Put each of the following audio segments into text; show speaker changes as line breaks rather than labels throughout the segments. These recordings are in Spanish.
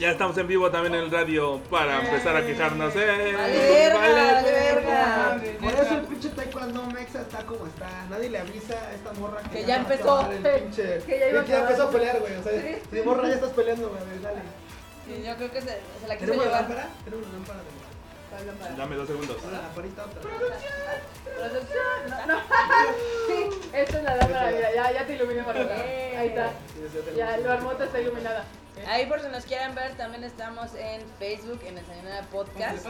estamos en vivo también en el radio para empezar a quejarnos. ¡Eh!
Vale verga, vale verga.
Por eso el pinche taekwondo mexa está como está. Nadie le avisa a esta morra que,
Que ya
va a
empezó.
acabar el pinche-
Que ya iba a
que ya
acabar.
empezó a pelear, güey. O sea,
Sí.
si morra ya estás peleando, güey. a ver, Dale.
Sí, yo creo que se, se la quiso
¿Tenemos la
llevar.
lámpara? Tenemos la lámpara. de-
Pablo, para-
Dame dos segundos.
Una lamparita otra.
Producción.
Sí, esta es la lámpara, mira, ya, ya te iluminé para Ahí está.
Sí, sí, tenemos.
Ya, lo armota está iluminada.
Ahí por si nos quieren ver, también estamos en Facebook, en Desayunada Podcast.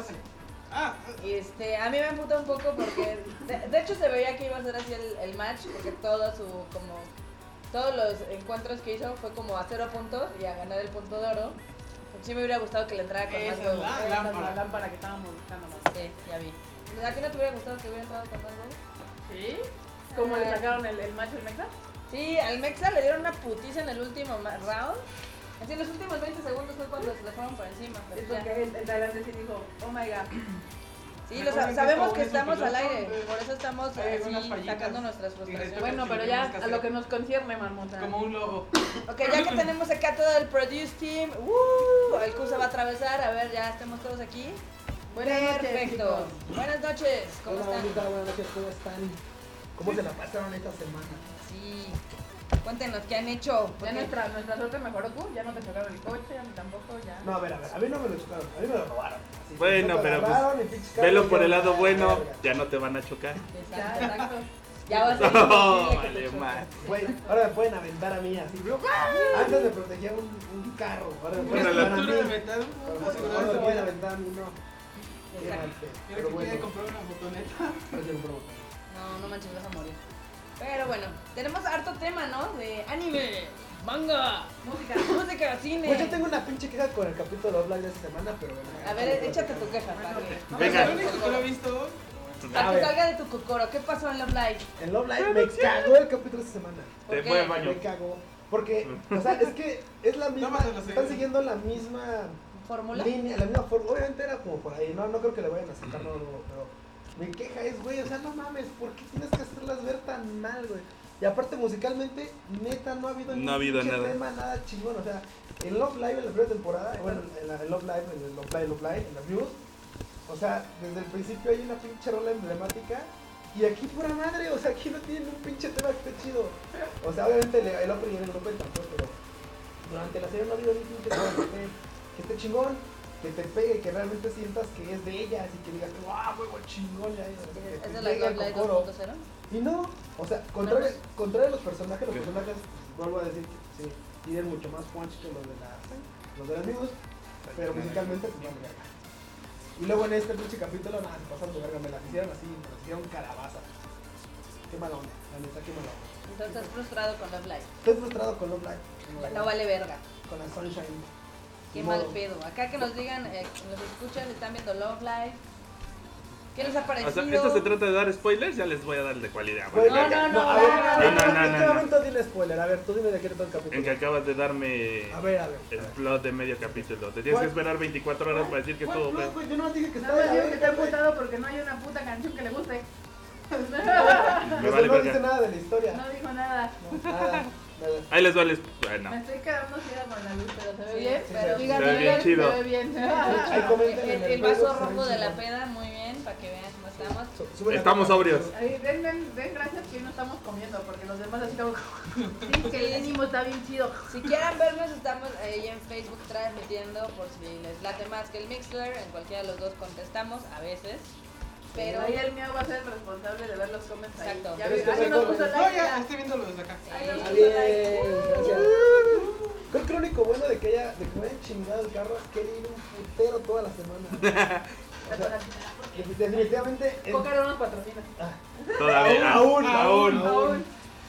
Ah,
Este, a mí me emputa un poco porque, de, de hecho se veía que iba a ser así el, el match, porque todo su, como, todos los encuentros que hizo fue como a cero puntos y a ganar el punto de oro. Porque sí me hubiera gustado que le entrara con más
Esa es
gol.
la
La
Ah, lámpara.
lámpara que estábamos buscando más.
Sí, ya vi. ¿A ti no te hubiera gustado que hubiera entrado con más gol?
¿Sí? Ah. ¿Cómo le sacaron el, el macho al mexa?
Sí, al Mexa le dieron una putiza en el último ma- round. Así, en los últimos 20 segundos fue cuando se le fueron por encima. pero
Es
ya.
porque el, el talante sí dijo, oh my god.
Sí, lo
Me
sa-
acuerdo que
sabemos
con
que
eso
estamos
que yo
al aire,
con-
por eso estamos
hay algunas
así
fallitas
sacando nuestras
y
frustraciones.
respeto
Bueno,
Bueno,
sí,
pero
lo
ya
tienes que
a lo
hacer.
que nos concierne, marmota.
Como un lobo.
ok, ya que tenemos acá todo el Produce Team, ¡uh! el Q se va a atravesar, a ver, ya estemos todos aquí.
Buenas noches,
Perfecto. Buenas noches, ¿cómo
Hola,
están?
bandita, buenas noches, ¿cómo están? ¿Cómo se la pasaron esta semana?
Sí, cuéntenos, ¿qué han hecho?
Ya
Porque-
nuestra, nuestra suerte mejoró tú, ya no te chocaron el coche, a mí tampoco, ya.
No, a ver, a ver, a mí no me lo chocaron, a mí me lo robaron. Así que
Bueno,
me lo
pero pues,
robaron y pinche
Velo
carro
por
yo-
el lado bueno,
Verga.
ya no te van a chocar.
Ya,
Exacto, exacto.
exacto.
Ya va a ser
No,
imposible que te
vale,
choquen.
mal.
Güey, ahora me pueden aventar a mí así. ¡ah! Antes me protegía un, un carro. Ahora me
Una
pueden aventar a
estructura de
mí.
metal.
Pero no,
una
Ahora me pueden
seguridad.
aventar a mí, no. Qué
Exacto.
mal pedo.
Quiero
Pero
que quiere
bueno,
comprar una botoneta.
parece un broma.
No, no manches, vas a morir. Pero bueno, tenemos harto tema, ¿no? De anime, manga, música, música, cine.
Pues yo tengo una pinche queja con el capítulo de Black de esta semana, pero bueno.
A ver, échate tu queja, padre.
Venga.
Lo único que lo he visto.
A
A
que
ver.
salga de tu cocoro, ¿qué pasó en Love Live?
En Love Live me cagó el capítulo de esta semana.
Te
Ok.
fue al baño.
Me cagó. Porque, o sea, es que es la misma.
Tómatelo,
Están
señor.
siguiendo la misma
¿Fórmula?
línea, la misma forma. Obviamente era como por ahí, no, no creo que le vayan a sacar no, no, pero mi queja es, güey, o sea, no mames, ¿por qué tienes que hacerlas ver tan mal, güey? Y aparte musicalmente, neta, no ha habido
No ha habido
pinche
nada.
tema, nada chingón, o sea, en Love Live, en la primera temporada, bueno, en la en Love Live, en el Love Live, Love Live, en la Views, o sea, desde el principio hay una pinche rola emblemática y aquí pura madre, o sea, aquí no tienen un pinche tema que esté chido. O sea, obviamente el, el opening y el opening tampoco, pero durante la serie no ha habido ningún tema que esté, que esté chingón, que te pegue, que realmente sientas que es de ellas y que digas, wow, huevo chingón, ya es, que te
¿Es de la
llegue
Love
el
Live
cocoro".
2.0?
Y no, o sea, contrario, contrario a los personajes, los personajes, vuelvo a decir que sí, tienen mucho más punch que los de la, los de los amigos, pero musicalmente pues vale verga. Y luego en este pinche capítulo, nada, se pasan de verga, me las hicieron así, me las hicieron calabaza. Qué mala onda, la neta, qué mala onda.
Entonces estás frustrado con Love Live.
Estoy frustrado con Love Live,
Ya No vale verga.
con la Sunshine.
Qué
Ni
mal
modo.
pedo. Acá que nos digan, eh, que nos escuchan, están viendo Love Live. ¿Qué les ha
O sea,
parecido?
esto se trata de dar spoilers, ya les voy a dar de cualidad.
Güey,
vale, verga.
no, no,
a
no,
ver,
no,
a ver,
no, no,
¿En
no,
qué
no.
momento tiene spoiler? A ver, tú dime de qué era todo el
En que
capítulo.
acabas de darme
A ver, a ver.
el plot de medio capítulo. Te tienes que
¿Cuál?
esperar 24 horas para decir que
¿Cuál
estuvo
plus,
bueno.
güey? Yo no dije que
Nada
estaba de
más
la
digo que te ha
verga, güey.
gustado porque no hay una puta canción que le guste.
Me
Eso
vale
no dice
verga.
nada de la historia.
No dijo nada.
No, nada, nada.
Ahí les vale. Bueno.
Me estoy quedando ciega con la luz, pero se ve
Sí,
bien.
sí,
pero
sí.
digan,
Se ve bien
se
chido.
ve bien.
Ahí comenten en
El, el
Facebook,
vaso
se ven
rojo de la
chingón.
peda, muy bien, para que vean cómo estamos.
Su- sube la
Estamos
nota.
sobrios.
Ay, Den, den, den gracias que hoy no estamos comiendo porque los demás así como... Sí, que el ánimo está bien chido.
Si quieren vernos, estamos ahí en Facebook transmitiendo por si les late más que el Mixler. En cualquiera de los dos contestamos, a veces. Pero
Pero ahí el mío va a ser el responsable de ver los comments ahí.
Exacto.
Ya ves,
Pero es que
alguien nos
fue
puso
con-
No,
like.
ya,
ya.
estoy viéndolo desde acá.
Ahí
Ah,
nos puso
bien,
like.
gracias. Creo que lo único bueno de que haya, de que me haya chingado el carro es que he ido un putero toda la semana. O sea, de- definitivamente. en-
Coca no nos patrocina.
ah,
Todavía.
Aún,
aún.
aún.
Aún.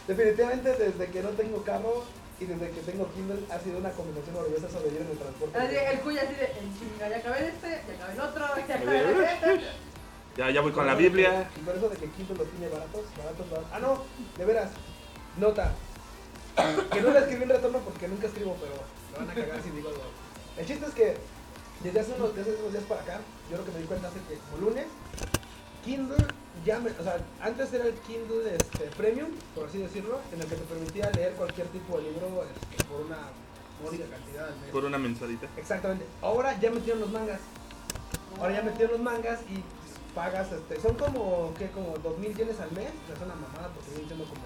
definitivamente desde que no tengo carro y desde que tengo Kindle ha sido una combinación orgullosa sobrevivir en el transporte.
Así, el cuyo así de, el chinga, ya acabé este, ya acabé el otro, ya acabé este.
Ya, ya voy con la Biblia.
Y con eso de que Kindle lo tiene baratos, baratos, baratos. Ah, no, de veras. Nota. Que no la escribí en retorno porque nunca escribo, pero me van a cagar si digo algo. El chiste es que desde hace unos, desde hace unos días para acá, yo lo que me di cuenta hace que como lunes, Kindle ya me, o sea, antes era el Kindle este, Premium, por así decirlo, en el que te permitía leer cualquier tipo de libro este, por una módica cantidad al mes.
Por una mensadita.
Exactamente. Ahora ya metieron los mangas. Ahora ya metieron los mangas y pues, pagas, este, son como, ¿qué? Como 2000 yenes al mes. No es una mamada porque vienen siendo como,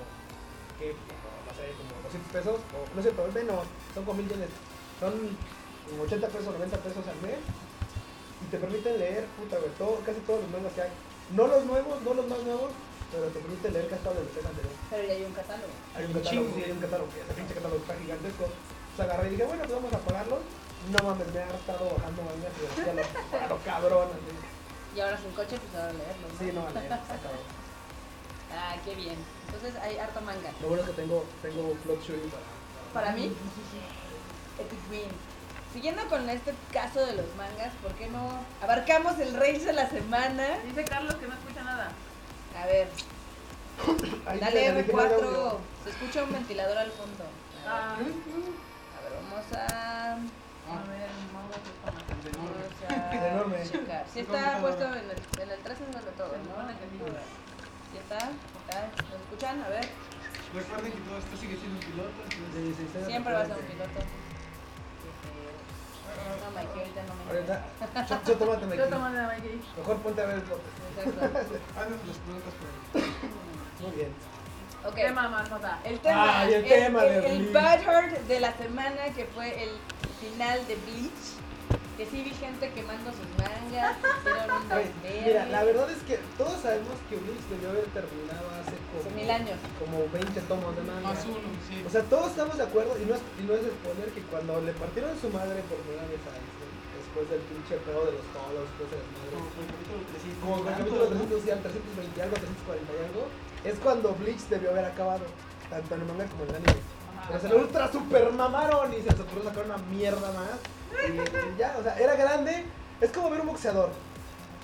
¿qué? Como, no sé, como 200 pesos. O, no sé, pero menos. Son como 1000 yenes. Son como 80 pesos, 90 pesos al mes. Y te permiten leer, puta, güey, todo, casi todos los mangas que hay. No los nuevos, no los más nuevos, pero te permiten leer casi todos los que anterior.
Pero ya hay un catálogo.
Hay un
Un
catálogo,
chingo.
sí, hay un catálogo, ese pinche catálogo está gigantesco. Pues agarré y dije, bueno, pues vamos a pagarlo. No mames, me ha estado bajando mangas y decía lo, a lo cabrón. así.
Y ahora sin coche, pues ahora leerlo. ¿no?
Sí, no, vale, está cabrón.
Ah, qué bien. Entonces hay harto manga.
Lo bueno es que tengo, tengo Flock Shuri para...
Para mí, Epic Win. Siguiendo con este caso de los mangas, ¿por qué no abarcamos el Rage de la semana?
Dice Carlos que no escucha nada.
A ver,
Ahí dice,
dale
le dije, no hay
M4.
audio.
Se escucha un ventilador al fondo. A
Ah,
ver, ¿Mm? a ver, vamos a.
a ver, vamos a ver.
El de morro.
Es
Vamos
enorme.
a checar. Si
Es
está
computadora.
puesto en el, en el 3 es donde todo,
Se
¿no?
supone que sí.
Ya está, está. ¿Lo escuchan? A ver,
Recuerden que todo esto sigue siendo un piloto.
Sí,
entonces-
sí, sí,
siempre va a ser un
recuerda
piloto. Este, No, Mikey, ahorita no
que-
me interesa.
Ahorita, yo, yo tómate
Yo
Mikey.
tomando la Mikey.
Mejor ponte a ver el Flock.
Exacto.
Háganos Ah, las preguntas por ahí.
Muy bien.
Ok.
Qué mamá, nota.
El tema,
Ah, y el tema de
el,
Bleach.
bad heart de la semana que fue el final de Bleach. Que sí vi gente quemando sus mangas, hicieron un
Güey,
desvergue.
mira, la verdad es que todos sabemos que Ulises debió haber terminado hace como...
Hace mil años.
Como 20 tomos de manga.
Más uno, sí.
O sea, todos estamos de acuerdo y no es, y no es exponer que cuando le partieron su madre por primera vez a este, después del pinche pedo de los todos, después de las
Como
madres, como
por el capítulo 300.
por el capítulo 300 y al 320 algo, 340 y algo, es cuando Bleach debió haber acabado, tanto en el manga como en el anime.
Ah.
Pero se lo ultra super mamaron y se les ocurrió sacar una mierda más. Y, y ya, o sea, era grande, es como ver un boxeador.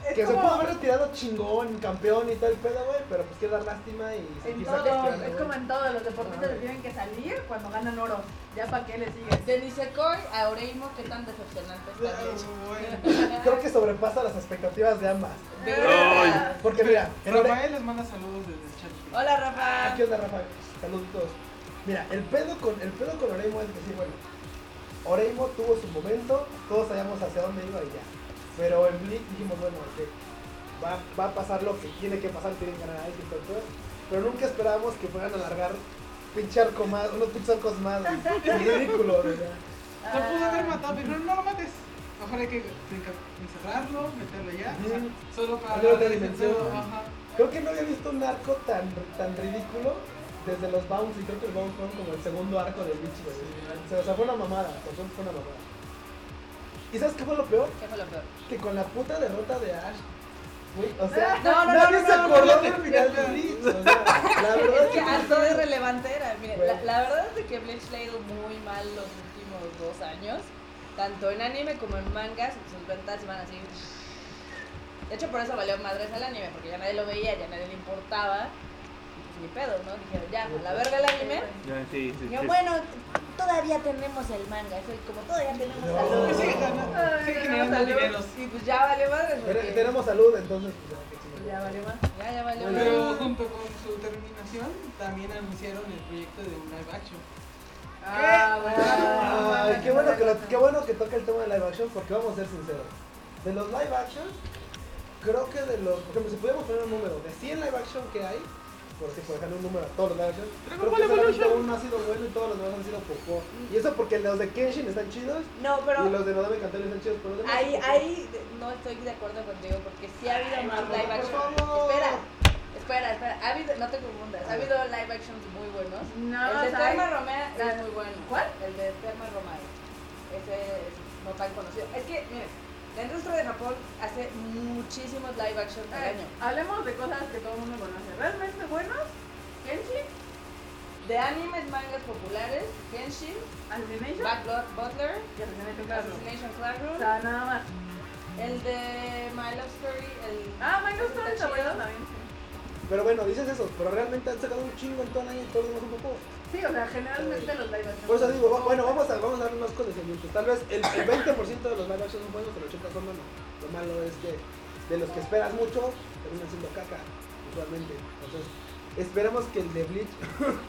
Es
que se
como-
pudo haber retirado chingón, campeón y todo el pedo, güey, pero pues que dar lástima y
En
y sacar
todo,
esperando,
es
güey.
como en todo, los deportistas les tienen que salir cuando ganan oro. Ya para qué le siguen.
De Nisekoi a Aureimo, qué tan decepcionante está Bleach.
Bueno.
Creo que sobrepasa las expectativas de ambas.
Ay.
Porque mira, en el-
Rafael les manda saludos desde el chat.
Hola
Ah,
Rafa.
¿Qué onda, Rafa? Saluditos. Mira, el pedo con, el pedo con Oreimo es que sí, bueno, Oreimo tuvo su momento, todos sabíamos hacia dónde iba y ya. Pero en Bleach dijimos, bueno, que va, va a pasar lo que tiene que pasar, tienen que ganar a X, pero nunca esperábamos que fueran a alargar pinche arco más, unos pinches arcos más. güey. Es ridículo, güey.
Se pudo haber matado, pero dijeron, no lo mates. Mejor hay que enca- encerrarlo, meterlo ya. O sea,
Ujú.
solo para
Darle otra
darle
dimensión.
sentido, Ajá.
Creo que no había visto un arco tan, tan ridículo desde los Bounce y creo que los Bounce fueron como el segundo arco de Bleach, güey. O sea, fue una mamada, o sea, fue una mamada. ¿Y sabes qué fue lo peor?
¿Qué fue lo peor?
Que con la puta derrota de Ash, güey, o sea,
No, no,
nadie
no,
se
no,
acordó
no, no,
del
no,
final
no,
de
no.
Bleach. O sea, la verdad
Es que hasta de relevante era. Miren,
Güey.
la, la verdad es de que Bleach le ha ido muy mal los últimos dos años. Tanto en anime como en mangas, sus ventas iban así. De hecho, por eso valió madres al anime, porque ya nadie lo veía, ya nadie le importaba. Y pues ni pedo, ¿no? Dijeron, ya, a la verga el anime.
Ya, sí, sí,
Dijeron,
sí.
bueno, todavía tenemos el manga. Eso, y como todavía tenemos
No.
salud.
Sigue ganando,
Ay,
sigue
ganamos
generando
saludos.
dineros.
Y pues ya valió madres.
Pero-
porque-
Tenemos salud, entonces, pues, ya, qué chingón.
Ya valió más.
Ya, ya valió
Pero
madres.
junto con su terminación, también anunciaron el proyecto de un live action.
Ah, bueno.
Ay, qué bueno, que lo- qué bueno que toca el tema de live action porque vamos a ser sinceros. De los live action, creo que de los. Por ejemplo, si pudiéramos poner un número de 100 live action que hay, por si por dejarle un número a todos los live action,
Dragon
creo
Ball
que solamente
Evolution.
uno ha sido bueno y todos los demás han sido popó. Y eso porque los de Kenshin están chidos
No,
y
pero.
los de Nodame Cantel están chidos, pero los demás.
Ahí,
son popó.
ahí no estoy de acuerdo contigo porque sí ha habido más
Marlon,
live action.
por favor.
Espera, espera, espera. Ha habido, no te confundas. Ha habido live actions muy buenos.
No,
el de
o sea, eh,
Terma Romea
la-
es muy bueno.
¿Cuál?
El de Terma Romea. Ese es no tan conocido. Es que, miren, la industria de Japón hace muchísimos live actions al
Ay,
año.
Hablemos de cosas que todo el mundo conoce. ¿Realmente buenos? Genshin,
De animes, mangas populares, Genshin,
Assassination
Backlot Butler,
y Assassination Classroom.
Assassination
O
Classroom,
sea, nada más.
el de My Love Story, el...
Ah, My Ghost Story
Está
está bueno
chido.
también. sí.
Pero bueno, dices eso, pero realmente han sacado un chingo en todo el año y todos los demás son popó.
Sí, o sea, generalmente los live action.
Por eso digo, va- bueno, vamos a, vamos a dar unos conocimientos. Tal vez el, el 20% de los live action son buenos, pero el 80% son malos. Lo malo es que de los que esperas mucho, terminan siendo caca, usualmente. Entonces, esperamos que el de Bleach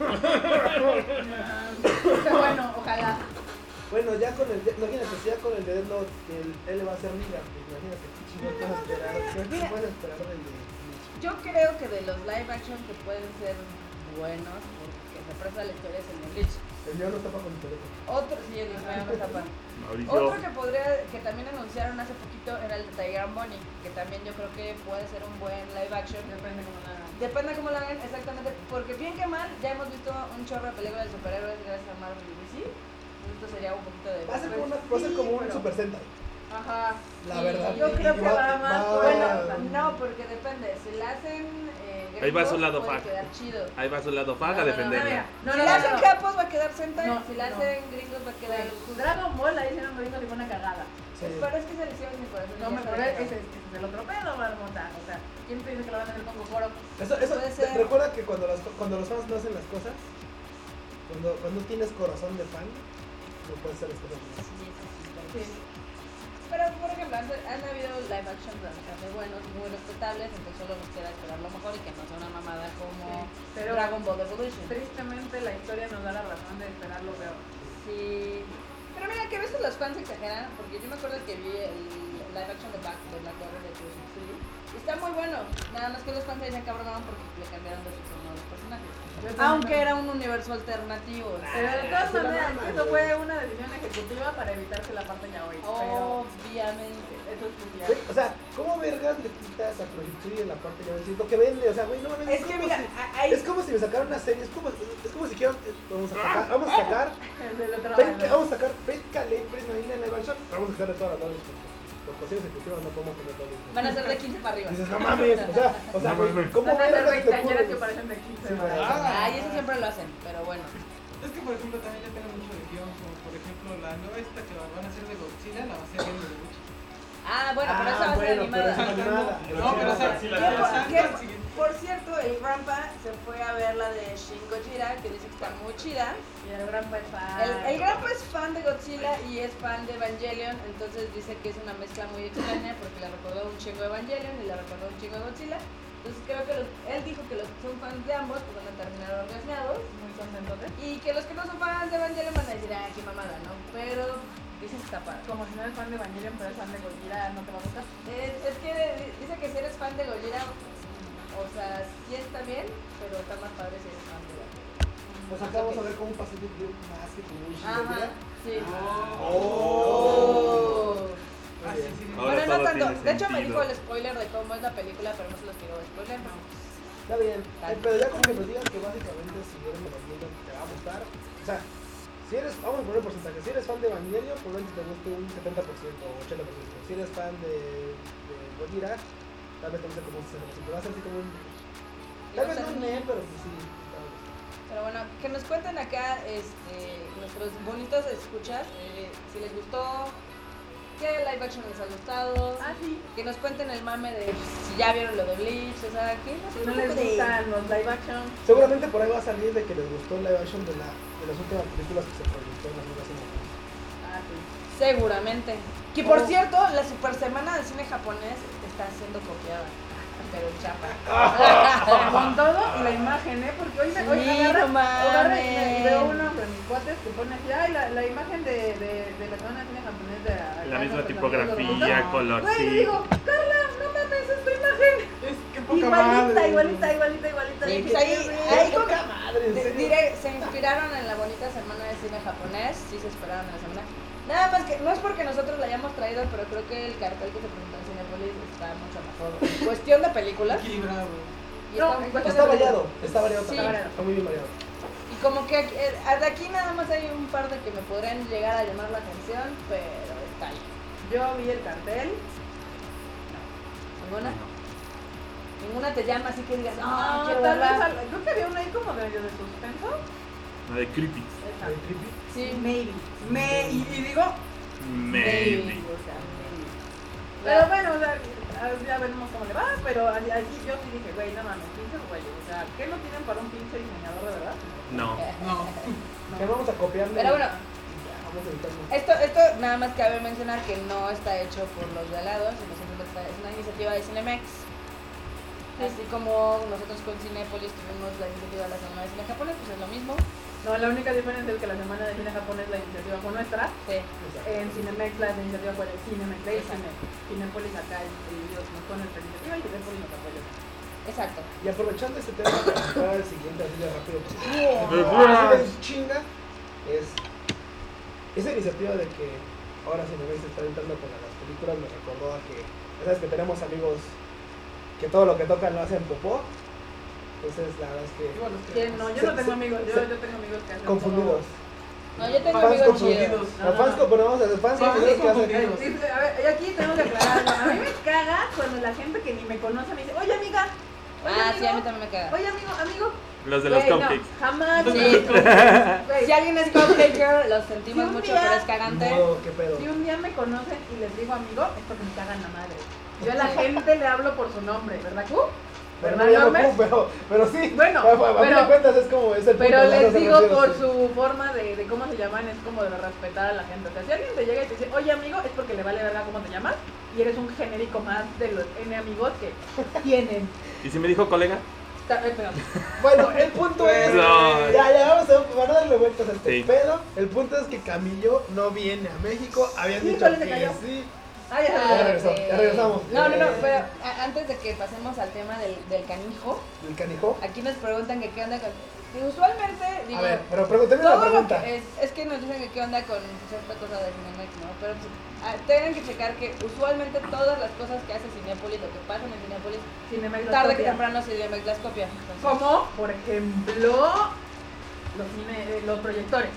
Ah, Está bueno, ojalá.
Bueno, ya con el. Imagínate, si ya con el de Deadlock, que él, él va a ser liga. pues Imagínate, qué chingón te vas a esperar. ¿Qué
Mira.
puedes esperar del de Bleach?
Yo creo que de los live action que pueden ser buenos, porque se presta la historia es el de Bleach.
El diablo tapa con el teléfono.
Otro, sí, el de Ismael Mazapán.
Mauricio.
Otro que podría, que también anunciaron hace poquito era el de Tiger and Bunny, que también yo creo que puede ser un buen live action.
Depende cómo la hagan.
Depende cómo lo hagan, exactamente, porque bien que mal, ya hemos visto un chorro de películas de superhéroes gracias a Marvel y DC. Esto sería un poquito de...
Va a ser como, una, va a ser como un
pero-
Super Sentai.
Ajá.
La
Sí,
verdad.
Yo
Y-
creo
y
que va
más
va-
Bueno, no, porque depende. Si la hacen. Eh,
Ahí va su
gringos,
lado
puede
fac.
quedar chido.
Ahí va su lado faja a
No, no, no,
defenderla.
No,
si
no,
la
no,
hacen
no.
capos, va a quedar Sentai.
No,
si la
no.
hacen gringos, va a quedar.
Güey, Dragon Ball ahí se no me hizo ninguna cagada.
Sí.
Pero es que se le hicieron mi corazón.
No,
ya
me
saben,
pero ese
¿no?
ese es el otro pedo, Marmota. O sea, ¿quién te dice que lo van a hacer con Kokoro?
Eso, eso,
Puede
te-
ser.
recuerda que cuando, las, cuando los fans no hacen las cosas, cuando, cuando tienes corazón de fan, no puedes hacer las cosas. bien.
Sí.
Pero, por ejemplo, han, han habido live action bastante buenos, muy respetables. Entonces, solo nos queda esperar lo mejor y que no sea una mamada como
Sí, pero-
Dragon Ball Evolution.
Tristemente la historia nos da la razón de esperar lo peor.
Sí. Pero mira, que a veces los fans exageran, porque yo me acuerdo que vi el live action de Back de Black Order de Cruise City. Y está muy bueno. Nada más que los fans se encabronaron porque le cambiaron de ficción a los personajes. Aunque era un universo alternativo.
Pero de todas
Se la
maneras,
maman,
esto
güey.
fue una decisión ejecutiva para evitar que la parten ya hoy. Pero
Obviamente.
eso es un día.
Sí, O sea, ¿cómo vergas le quitas a Proyectil en la parte ya ves? Lo que vende, o sea, güey, no mames.
Es que
como
mira,
si-
a- ahí
Es como si me sacaran una serie, es como, es como si quieran, eh, vamos a sacar, vamos a sacar,
Del otro
Fate-
lado.
vamos a sacar Fate Calais, Fate Marina en live action, vamos a sacarle todas las dobles, porque los consejos ejecutivos no podemos poner dobles.
van a ser de 15 para arriba.
Dices, no mames, o sea, o sea,
No
güey,
mames.
¿cómo
Van a ser
vergas te
veinteañeras que
ocurre?
parecen de 15.
Sí,
¿verdad?
¿verdad?
Ay, eso siempre lo hacen, pero bueno.
Ah, Es que por ejemplo también ya tienen mucho de guión, como por ejemplo la nueva esta que la van a hacer de Godzilla, la va a hacer bien de mucho.
Ah, bueno, pero
Ah,
esa va a ser
bueno,
animada.
pero esa- Animada.
No, pero o sea,
Sí,
sí,
la
la
verdad.
Que, por- que, por cierto, el Rampa se fue a ver la de Shin Gojira, que dice que está muy chida.
Y el gran papá.
El, el Grampa es fan de Godzilla y es fan de Evangelion, entonces dice que es una mezcla muy extraña porque le recordó un chingo de Evangelion y le recordó un chingo de Godzilla. Entonces creo que los- él dijo que los que son fans de ambos pues, van a terminar orgasmeados
Muy contento de
y que los que no son fans de Evangelion van a decir, ah, qué mamada, ¿no? Pero dicen que está padre.
Como si no eres fan de Evangelion, pero es fan de Gojira, no te va a gustar.
Es, es que dice que si eres fan de Godzilla, o sea, sí está bien, pero está más padre si eres fan de Evangelion.
O sea, Pues acá vamos a ver como un Pacific Blue más que como un
Ajá,
Shingeki.
sí.
Oh.
Ah, sí, sí.
Ahora
bueno, no
todo
tanto.
tiene
De hecho, me dijo
sentido.
el spoiler de cómo es la película, pero no se los quiero spoiler.
Está bien, eh, pero ya como que nos digan que básicamente si eres Evangelion te va a gustar. O sea, si eres, vamos a poner porcentaje, si eres fan de Evangelion, probablemente te guste un 70% o 80%. Si eres fan de, de Gojira, tal vez te guste como un 60%. Pero Va a ser así como un... Tal vez no un
Entonces,
ne, pero pues sí. te va a gustar.
Pero bueno, que nos cuenten acá este, nuestros bonitos escuchas, eh, si les gustó, qué live action les ha gustado.
Ah, sí.
Que nos cuenten el mame de si ya vieron lo de Bleach, o sea, que
Si no les gustan los live action,
Seguramente por ahí va a salir de que les gustó el live action de, la, de las últimas películas que se proyectó en las nuevas semanas.
ah, sí.
Seguramente. Que por
Oh.
cierto, la super semana de cine japonés está siendo copiada. Pero en chapa.
Con todo y la imagen, ¿eh? Porque hoy me hoy
Sí,
agarra-
no mames.
agarra y me- y veo uno de mis cuates que pone así, ay, la, la imagen de, de, de la zona tiene japonés de acá,
La misma
no,
tipografía,
no.
color,
Güey, le
sí.
digo, Carla, no mames, es tu imagen.
Es que poca
Igualita,
madre.
igualita, igualita, igualita.
Sí,
Dije,
pues ahí-
"Sí,
ahí
güey".
con-
¡Poca madre! ¿en
De-
serio?
diré, se inspiraron en la bonita semana de cine japonés, sí se esperaron en la semana. Nada más que, no es porque nosotros la hayamos traído, pero creo que el cartel que se presentó en Cinepolis está mucho mejor. En Cuestión de películas.
Equilibrado.
Y,
No,
está- en cuestión
Está
de
variado,
películas.
está variado
Sí.
también. Está muy bien variado.
Y como que eh, de aquí nada más hay un par de que me podrían llegar a llamar la atención, pero está ahí.
Yo vi el cartel.
¿Ninguna? Ninguna te llama así que digas,
No,
ah, quiero
tal vez,
verla".
al- creo que había uno ahí como medio de suspenso.
La de creepy.
Esa.
El creepy.
Sí.
Maybe. Me, y, y digo,
Maybe.
o sea, maybe.
Pero
Pero
bueno,
bueno, o sea, a- ya veremos cómo le va, pero a- aquí yo sí dije, güey, no mames, pinches güey, o sea, ¿qué no tienen para un pinche diseñador de verdad?
No.
No.
Que vamos a copiarle.
Pero bueno,
Vamos a evitarlo.
Esto, esto nada más cabe mencionar que no está hecho por los de al lado, sino simplemente está- es una iniciativa de Cinemex. Así como nosotros con Cinepolis tuvimos la iniciativa de la semana de cine japonés, pues es lo mismo.
No, la única diferencia es que la semana de cine japonés la iniciativa fue nuestra.
Sí.
En Cinemex la iniciativa fue de Cinemex, de
Exacto.
Cine, Cinepolis acá y Dios nos fue nuestra iniciativa y Cinepolis nos apoyó.
Exacto.
Y aprovechando este tema para pasar al siguiente así de rápido.
Me
Así de
fuas.
chinga es esa iniciativa de que ahora Cinemex está entrando con las películas me recordó a que ya sabes que tenemos amigos que todo lo que tocan lo hacen popó. Entonces la verdad es que
Igual los que-
¿Quién no? Yo
Se-
no tengo
se-
amigos, yo,
se-
yo tengo amigos que hacen
confundidos.
No, yo tengo
Fans
amigos chidos.
confundidos.
No,
Los
no,
fans
no.
componemos a los fans
Fans
confundidos que hacen.
confundidos.
Sí, a ver, y aquí tengo que aclarar, algo. a mí me caga cuando la gente que ni me conoce me dice, oye amiga, oye
Ah, sí, a mí
amigo,
también me caga.
oye amigo, amigo.
Los de los
Güey, no,
cupcakes.
jamás.
Los
güey.
de los cupcakes.
Güey,
Si alguien es cupcake girl, lo sentimos
Si un
mucho,
día-
pero es cagante.
No, qué pedo.
Si un día me conocen y les digo amigo, es porque me cagan la madre. Yo a la gente le hablo por su nombre, ¿verdad, Q?
Pero no
¿Verdad,
llamo
Gómez?
Q, pero, pero sí.
Bueno,
a, a- a fin de
pero-
cuentas es como es el
Pero
punto, ¿no?
les
Los
digo
confundidos,
por
sí.
su forma de, de cómo se llaman, es como de respetar a la gente. O sea, si alguien te llega y te dice, oye amigo, es porque le vale verga cómo te llamas y eres un genérico más de los N amigos que tienen.
¿Y si me dijo colega?
Ta- ay, perdón.
Bueno, el punto es.
No.
Ya, ya, vamos a, van a darle vueltas a este
Sí.
pedo. El punto es que Camillo no viene a México. Habían dicho
Híjole, se
que
cayó.
sí.
Ay, ay,
Ah, Ya
ay.
regresó, ya regresamos.
No, no, no,
Eh.
pero a- antes de que pasemos al tema del, del canijo,
El canijo.
aquí nos preguntan que qué onda con... que usualmente, digo,
A ver, pero pregúnteme una
todo lo
pregunta.
eh,
que es, es que nos dicen que qué onda con cierta cosa de Cinemex, ¿no? Pero pues, ah, tienen que checar que usualmente todas las cosas que hace Cinepolis, lo que pasa en Cinepolis,
Cinemex
tarde que
Dystopia.
temprano Cinemex las copia. Entonces,
Como, por ejemplo, los, cine- eh, los proyectores.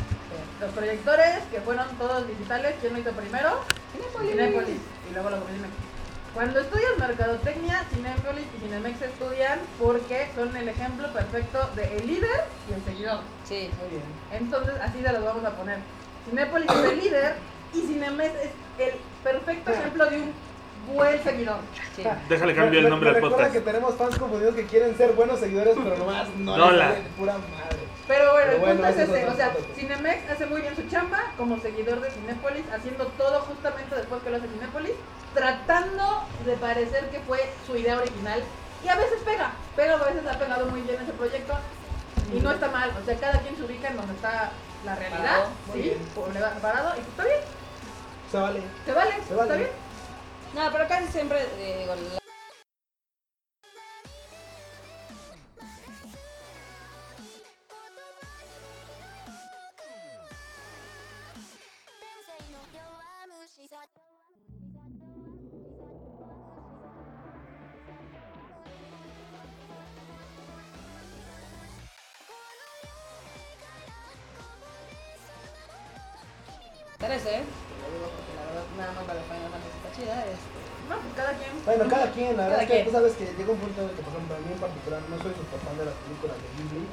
Los proyectores que fueron todos digitales, ¿quién lo hizo primero?
Cinépolis.
Cinépolis. Y luego lo Cinemex. Cuando estudias mercadotecnia, Cinépolis y Cinemex estudian porque son el ejemplo perfecto de el líder y el seguidor.
Sí.
Muy bien.
Entonces, así se los vamos a poner. Cinépolis es el líder y Cinemex es el perfecto ejemplo de un buen seguidor.
Sí.
Déjale cambio
Me-
el nombre al
me recuerda
podcast.
que tenemos fans confundidos que quieren ser buenos seguidores, pero nomás no.
No
les
la-
sale Pura madre.
Pero bueno,
Pero
el
bueno,
punto es
ese es
ese,
otro
o sea,
punto.
Cinemex hace muy bien su chamba como seguidor de Cinépolis, haciendo todo justamente después que lo hace Cinépolis, tratando de parecer que fue su idea original y a veces pega, pero a veces ha pegado muy bien ese proyecto y no está mal, o sea, cada quien se ubica en donde está la realidad,
Parado,
muy
¿sí?
bien.
Pobleva- Parado, y pues está bien,
Se vale.
se vale,
Se vale.
está bien.
No, pero casi siempre, eh, digo, la- Parece, ¿eh? Te lo digo porque la verdad nada más para Final Fantasy está chida. este.
No, pues cada quien.
Bueno, cada quien, la verdad
Cada
es que
quien.
tú sabes que llega un punto en el que, por ejemplo, a mí en particular no soy súper fan de las películas de Ghibli,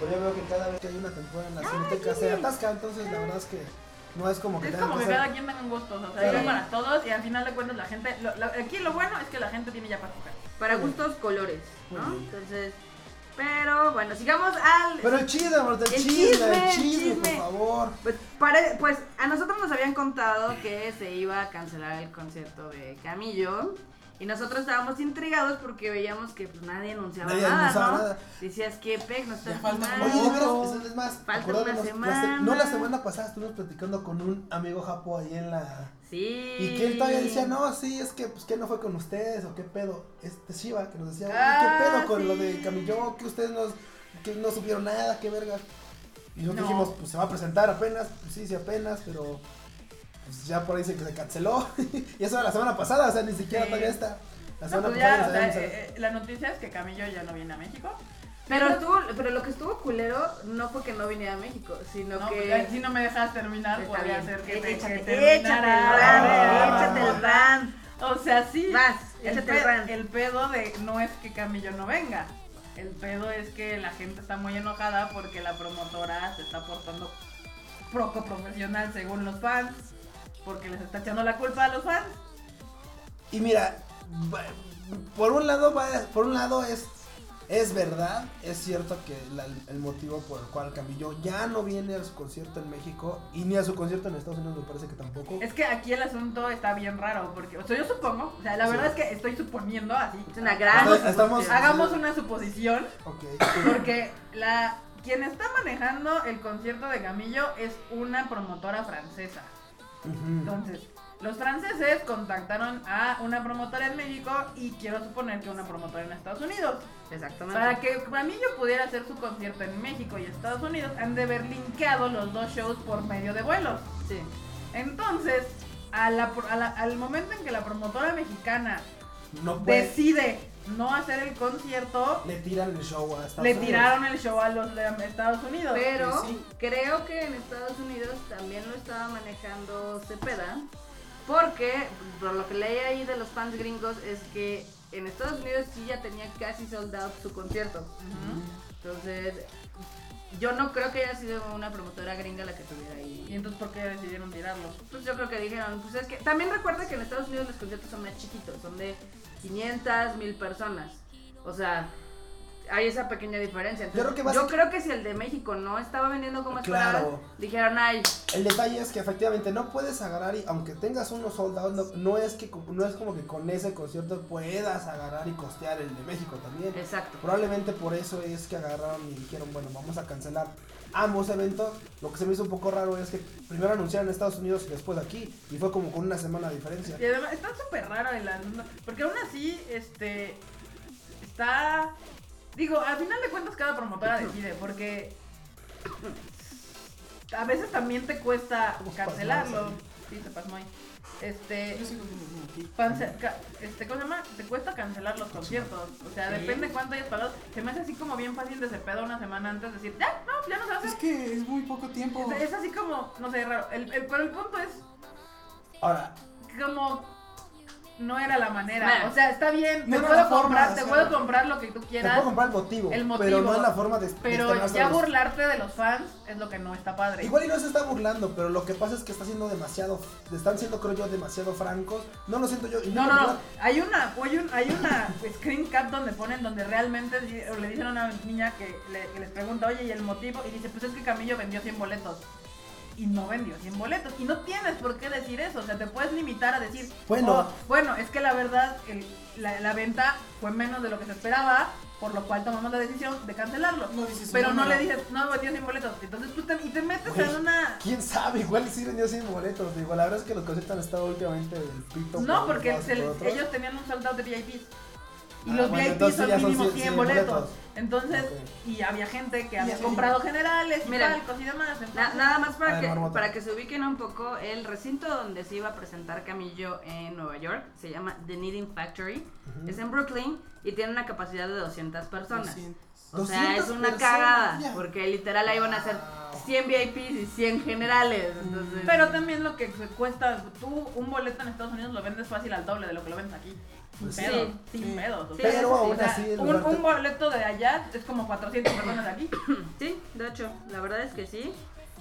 pero yo veo que cada vez que hay una temporada en la cineteca se atasca, entonces la verdad es que no es como que
Es
tengan
como que
hacer-
cada quien tenga un gusto, o sea,
Claro.
hay para todos y al final de cuentas la gente, lo- lo- aquí lo bueno es que la gente tiene ya para escoger. Para
Muy bien.
gustos, colores,
Muy
¿no?
bien.
Entonces, pero bueno, sigamos al...
Pero el chisme, Marta, el,
El
chisme, el
chisme,
chisme,
chisme.
por favor.
Pues, pare- pues a nosotros nos habían contado que se iba a cancelar el concierto de Camillo y nosotros estábamos intrigados porque veíamos que pues, nadie anunciaba
Nadie
nada,
anunciaba
¿no?
nada.
Decías que Peck no está
Ya falta
firmado.
Oye, de veras,
no.
eso es más,
Falta
acordándonos,
una
la se-
semana.
no la semana pasada estuvimos platicando con un amigo japo ahí en la...
Sí.
Y que él todavía decía, no, sí, es que, pues, que no fue con ustedes, o qué pedo. Este Shiva que nos decía, oye,
Ah,
qué pedo con
sí.
lo de Camillón, que ustedes no, que no supieron nada, qué verga. Y nosotros
No.
dijimos, pues se va a presentar apenas, pues sí, sí, apenas, pero pues ya por ahí dice que se canceló. y eso era la semana pasada, o sea, ni siquiera
Sí.
todavía está. La
No,
semana
pues
pasada
ya,
no
o sea,
sabíamos nada.
eh, eh, la noticia es que Camillo ya no viene a México.
Pero, estuvo, pero lo que estuvo culero no fue que no viniera a México, sino
No,
que...
pues ya, si no me dejas terminar,
Está
podría
bien.
ser que,
Eh,
te-
échate,
que
échate el
terminara. Ah,
rant, échate el rant.
O sea, sí.
Vas,
el,
échate el
pe-
rant.
el pedo de no es que Camillo no venga. El pedo es que la gente está muy enojada porque la promotora se está portando poco profesional según los fans. Porque les está echando la culpa a los fans.
Y mira, va- por un lado, va- por un lado es, es verdad, es cierto que la- el motivo por el cual Camillo ya no viene a su concierto en México y ni a su concierto en Estados Unidos me parece que tampoco.
Es que aquí el asunto está bien raro. Porque, o sea, yo supongo, o sea, la
Sí.
verdad es que estoy suponiendo así.
Es una gran...
Estamos- estamos-
Hagamos una suposición
Ok.
Porque la
Quien está manejando el concierto de Gamillo es una promotora francesa. Entonces, los franceses contactaron a una promotora en México y quiero suponer que una promotora en Estados Unidos.
Exactamente.
Para que Gamillo pudiera hacer su concierto en México y Estados Unidos, han de haber linkeado los dos shows por medio de vuelos.
Sí.
Entonces, a la pro- a la- al momento en que la promotora mexicana
Pues,
No puede.
decide no hacer el concierto,
Le tiran el show a Estados
le
Unidos.
tiraron el show a los de Estados Unidos.
Pero
Sí.
creo que en Estados Unidos también lo estaba manejando Cepeda. Porque, por lo que leí ahí de los fans gringos, es que en Estados Unidos sí ya tenía casi sold out su concierto. Entonces, yo no creo que haya sido una promotora gringa la que tuviera
Y
ahí.
entonces, ¿por qué decidieron tirarlo?
Pues yo creo que dijeron, pues es que también recuerda que en Estados Unidos los conciertos son más chiquitos, son de 500, 1000 personas. O sea, hay esa pequeña diferencia.
Yo creo que
Entonces, yo
basic-
creo que si el de México no estaba vendiendo como
Claro.
esperaba, dijeron, ay,
El detalle es que efectivamente no puedes agarrar y aunque tengas unos soldados, no, no es que co- no es como que con ese concierto puedas agarrar y costear el de México también.
exacto.
Probablemente por eso es que agarraron y dijeron, bueno, vamos a cancelar ambos eventos. Lo que se me hizo un poco raro es que primero anunciaron en Estados Unidos y después aquí. Y fue como con una semana de diferencia.
Y además, está súper raro el anuncio, Porque aún así, este. Está. Digo, al final de cuentas, cada promotora decide. Porque. A veces también te cuesta cancelarlo. Sí, te pasmo ahí. Este. Pance- ca- este, ¿cómo se llama? Te cuesta cancelar los conciertos. O sea, depende cuánto hayas pagado. Se me hace así como bien fácil de ese pedo una semana antes decir, ya, no, ya no se hace.
Es que es muy poco tiempo.
Es, es así como, no sé, raro. El, el- pero el punto es
Ahora,
como no era la manera.
Bueno.
o sea, está bien,
No
te
era
puedo
la forma,
comprar,
o
te
sea,
puedo comprar lo que tú
te puedo
quieras.
comprar el motivo,
el
pero
motivo,
no es la forma de de
Pero
externarse a
ya
los-
burlarte de los fans es lo que no está padre.
Igual y no se está burlando, pero lo que pasa es que está siendo demasiado, están siendo creo yo demasiado francos. No lo siento yo. y
No,
me
no, no.
burlo.
Hay una, hay un- hay una screen cap donde ponen donde realmente di- o le dicen a una niña que, le- que les pregunta, oye, ¿y el motivo? Y dice, pues es que Camillo vendió 100 boletos. Y no vendió 100 boletos. Y no tienes por qué decir eso. O sea, te puedes limitar a decir,
Bueno.
"Oh, bueno, es que la verdad, el- la, la venta fue menos de lo que se esperaba, por lo cual tomamos la decisión de cancelarlo.
No dices su
Pero no le
número.
dices, no vendió 100 boletos. Entonces tú te, y te metes
Güey.
en una...
Quién sabe, igual sí vendió sin boletos. Digo, la verdad es que los conciertos han estado últimamente del pito.
No,
por
porque
unos lados
se
y por
les-
otros.
ellos tenían un soldado de VIPs. Y
Ah,
los
bueno,
VIPs
entonces
son
ya son
mínimo 100,
cien- cien
boletos.
boletos.
Entonces,
Ok.
y había gente que había
sí.
comprado generales y
Mira,
palcos y demás.
Na-
entonces-
nada más
A
para
ver,
que,
Marmota.
para que se ubiquen un poco, el recinto donde se iba a presentar Camillo en Nueva York se llama The Knitting Factory. Es en Brooklyn y tiene una capacidad de 200 personas. O sea, es
200
una
personas,
cagada,
ya.
porque literal ahí van a ser
Wow.
100 VIPs y 100 generales. Entonces,
Pero también lo que se cuesta, tú un boleto en Estados Unidos lo vendes fácil al doble de lo que lo vendes aquí. Sin
Pues sí.
pedos,
Sí.
sin pedos. o
Sí,
sea,
eso
Pero
sí,
aún
o sea,
así, el
un,
lugar te-
un boleto de allá es como 400 personas de aquí.
sí, de hecho, la verdad es que sí.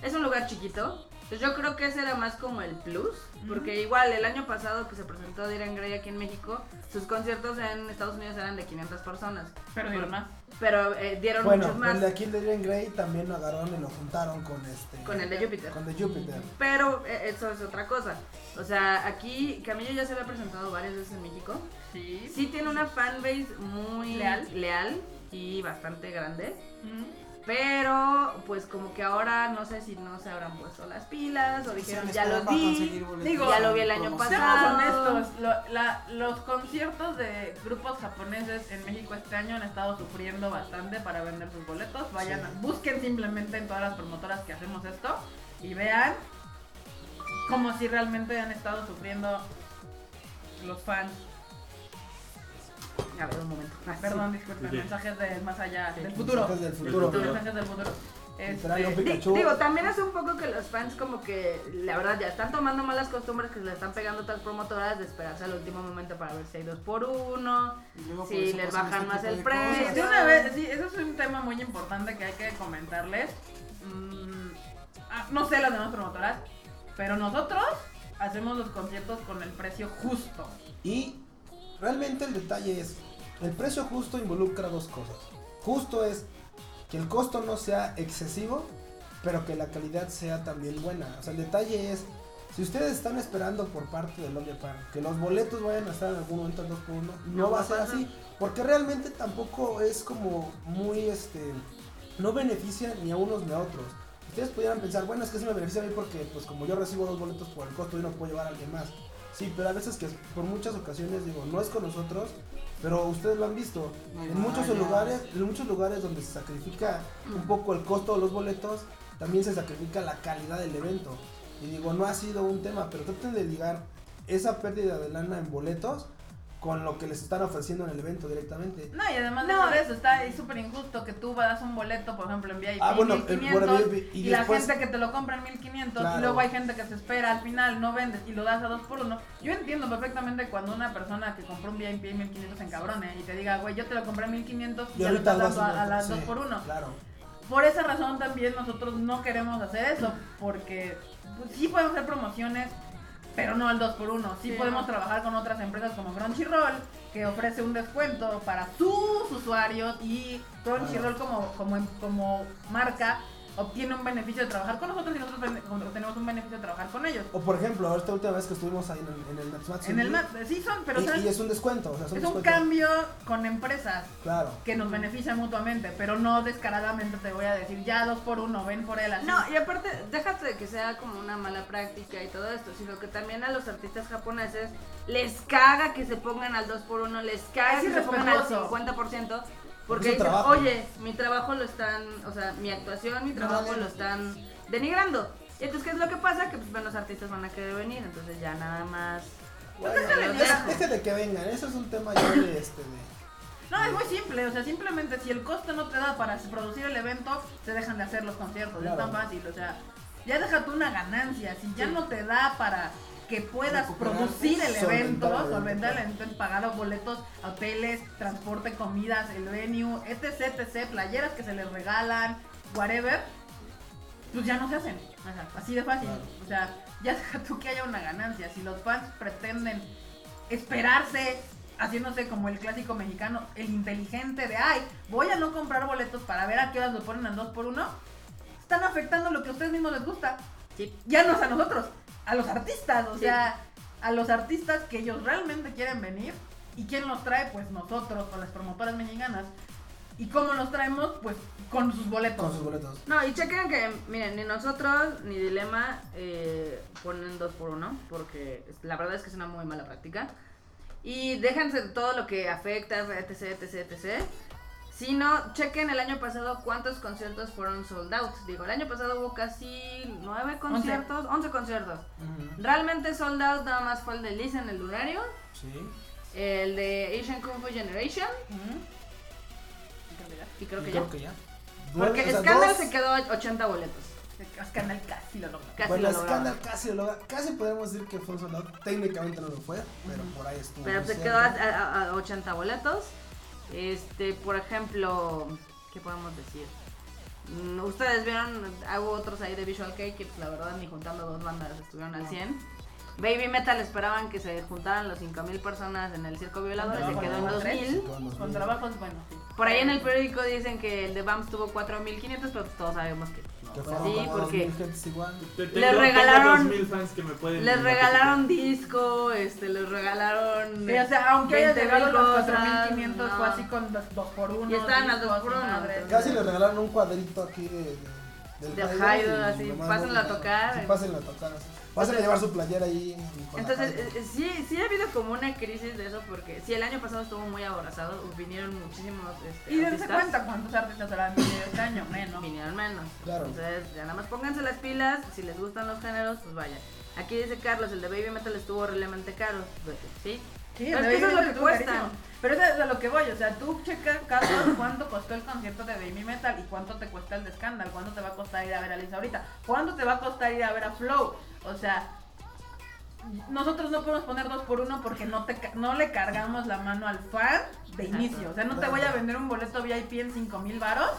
Es un lugar chiquito. Entonces yo creo que ese era más como el plus, porque igual el año pasado que se presentó Diran Gray aquí en México, sus conciertos en Estados Unidos eran de 500 personas,
Pero digo, más.
pero eh, dieron
bueno,
muchos más.
el de aquí de Jane Grey también lo agarraron y lo juntaron con este.
Con el de Júpiter.
Con de Júpiter.
Pero eh, eso es otra cosa. O sea, aquí Camillo ya se había presentado varias veces en México.
Sí.
Sí tiene una fanbase muy
Leal.
leal y bastante grande.
Ujú.
Pero, pues como que ahora no sé si no se habrán puesto las pilas o dijeron,
les
ya lo
tapa
vi.
conseguir boletos
digo,
en
ya
lo vi el año
promoción.
Seamos
pasado.
honestos, lo- la- los conciertos de grupos japoneses en México este año han estado sufriendo bastante para vender sus boletos. Vayan, a- busquen simplemente en todas las promotoras que hacemos esto y vean como si realmente han estado sufriendo los fans.
A ver, un momento. Ah, sí.
Perdón, disculpen,
Sí.
mensajes de más allá,
Sí.
del futuro.
Mensajes del
El
futuro.
futuro.
Mensajes del futuro.
Trae un
Este,
Di-
Pikachu.
Digo, también es un poco que los fans como que, la verdad, ya están tomando malas costumbres que se le están pegando a otras promotoras de esperarse al último momento para ver si hay dos por uno.
Y luego
Sí,
por eso
les
pasan
bajan
este
más
tipo
el
de
precio.
cosas.
de una vez, sí, eso es un tema muy importante que hay que comentarles. Mm, ah, no sé las demás promotoras, pero nosotros hacemos los conciertos con el precio justo.
Y realmente el detalle es, el precio justo involucra dos cosas. Justo es que el costo no sea excesivo, pero que la calidad sea también buena. O sea, el detalle es, si ustedes están esperando por parte del Omnia Park que los boletos vayan a estar en algún momento en 2x1, no,
No
va
va
a ser
a pasar.
así, porque realmente tampoco es como muy este... no beneficia ni a unos ni a otros. Ustedes pudieran pensar, bueno, es que sí me beneficia a mí porque, pues como yo recibo dos boletos por el costo, yo no puedo llevar a alguien más. Sí, pero a veces que por muchas ocasiones digo, no es con nosotros, pero ustedes lo han visto.
Ay,
en muchos
vaya.
lugares, en muchos lugares donde se sacrifica un poco el costo de los boletos, también se sacrifica la calidad del evento. Y digo, no ha sido un tema, pero traten de ligar esa pérdida de lana en boletos con lo que les están ofreciendo en el evento directamente.
No, y además
No.
no. de eso está ahí súper injusto que tú das un boleto, por ejemplo, en VIP
Ah, bueno, el-
1500
por VIP,
y,
y
la
después-
gente que te lo compra en 1500
Claro.
y luego hay gente que se espera al final, no vendes y lo das a dos por uno. Yo entiendo perfectamente cuando una persona que compró un VIP en 1500 en cabrone y te diga, güey, yo te lo compré en 1500
Y
y, ya lo
ahorita
estás
lo hacen
dando a, a
otro,
las
sí,
dos por uno.
Claro.
Por esa razón también nosotros no queremos hacer eso, porque pues, sí podemos hacer promociones, pero no al 2x1. Sí,
Sí,
podemos
no.
trabajar con otras empresas como Crunchyroll, que ofrece un descuento para sus usuarios y Crunchyroll como, como, em- como marca obtiene un beneficio de trabajar con nosotros y nosotros ben- obtenemos un beneficio de trabajar con ellos.
O por ejemplo, esta última vez que estuvimos ahí en el, en el Max Max
En el
Indie,
mat, sí son, pero
y,
son-
y es un descuento, o sea, es un,
es un
descuento.
cambio con empresas.
Claro.
que nos benefician mutuamente, pero no descaradamente te voy a decir, ya dos por uno, ven por él así.
No, y aparte, déjate de que sea como una mala práctica y todo esto, sino que también a los artistas japoneses les caga que se pongan al 2x1, les caga
Es
que se pongan al
irrespetuoso.
50%,
Porque
porque
es su
dicen,
trabajo.
oye, mi trabajo lo están, o sea, mi actuación, mi trabajo
vale.
lo están denigrando. Y entonces, ¿qué es lo que pasa? Que pues, bueno, los artistas van a querer venir, entonces ya nada más.
Bueno,
Pues déjale,
es-
ya.
déjale que vengan, eso es un tema ya de este de.
No, es muy simple, o sea, simplemente si el costo no te da para producir el evento, se dejan de hacer los conciertos, es
Claro.
tan fácil, o sea, ya deja tú una ganancia, si ya no te da para que puedas
Recuperar,
producir
solventar
el
el
evento,
evento,
solventar el
claro.
evento, pagar los boletos, hoteles, transporte, comidas, el venue, etc, etc, playeras que se les regalan, whatever, pues ya no se hacen, o sea, así de fácil,
Claro.
o sea, ya deja tú que haya una ganancia, si los fans pretenden esperarse haciéndose como el clásico mexicano, el inteligente de ay, voy a no comprar boletos para ver a qué horas lo ponen al 2x1, están afectando lo que a ustedes mismos les gusta.
Sí.
Ya no es a nosotros, a los artistas, o
Sí.
sea, a los artistas que ellos realmente quieren venir. ¿Y quién los trae? Pues nosotros, o las promotoras mexicanas. ¿Y cómo los traemos? Pues con sus boletos.
Con sus boletos.
No, y chequen que, miren, ni nosotros ni Dilema eh, ponen dos por uno, porque es- la verdad es que es una muy mala práctica. Y déjense de todo lo que afecta, etc, etc, etc. Si no, chequen el año pasado cuántos conciertos fueron sold out. Digo, el año pasado hubo casi nueve conciertos, 11 conciertos.
Ujú,
Realmente sold out nada más fue el de Liz en el Lunario,
Sí.
el de Asian Kung Fu Generation,
Ujú.
y creo que
Y
ya.
creo que ya.
Porque
Nueve, o sea,
Scandal
dos-
se quedó a 80 boletos.
Canal casi lo logra.
Casi
bueno,
lo lograba.
Scandal casi lo logra. Casi podemos decir que fue un soldado. Técnicamente no lo fue, pero por ahí estuvo.
Pero
muy
se quedó a,
cerca.
a- a 80 boletos. Este, por ejemplo, ¿qué podemos decir? Mm, Ustedes vieron, hago otros ahí de Visual Cake que pues, la verdad ni juntando dos bandas estuvieron
Ah.
al 100. Baby Metal esperaban que se juntaran los 5000 personas en el circo violador y se
Trabajo,
quedó en
¿no?
2000.
Con los
Con
mil.
trabajos, bueno, sí.
Por ahí en el periódico dicen que el de BAMS tuvo 4500, pero pues todos sabemos que no
Que
fue
fueron
así
como dos
porque
mil gentes igual.
Te-
Les
tengo- tengo
regalaron-
2000 fans que me pueden
les
notificar.
regalaron disco, este les regalaron
Sí, o sea, aunque haya
20,000
llegado a los
cosas,
4500, fue
no.
así con los 2 por 1
Y estaban al 2x1, entonces-
Casi le regalaron un cuadrito aquí de, de-
Del
Hydro
Hydro,
y
así,
lo mandaron
pásenla a
la-
tocar.
sí, pásenla a tocar. así. Pásenla a llevar su playera ahí. con la
Entonces,
Hydro.
eh, eh, sí, sí ha habido como una crisis de eso porque sí, el año pasado estuvo muy aborazado, vinieron muchísimos este,
Y dense
artistas,
cuenta cuántos artistas habrán venido este año, menos.
vinieron menos.
Claro.
Entonces, ya nada más pónganse las pilas, si les gustan los géneros, pues vayan. Aquí dice Carlos, el de Baby Metal estuvo horriblemente caro, pues, sí.
Sí,
Pero es
de
que eso es
Baby
lo
Metal
que
estuvo
cuesta.
carísimo. Pero eso es a lo que voy, o sea, tú checa, Carlos, cuánto costó el concierto de Baby Metal y cuánto te cuesta el de Scandal, cuánto te va a costar ir a ver a Lisa ahorita, cuánto te va a costar ir a ver a Flow, o sea, nosotros no podemos poner dos por uno porque no, te, ca- no le cargamos la mano al fan de
Exacto.
inicio, o sea, no te voy a vender un boleto VIP en 5 mil varos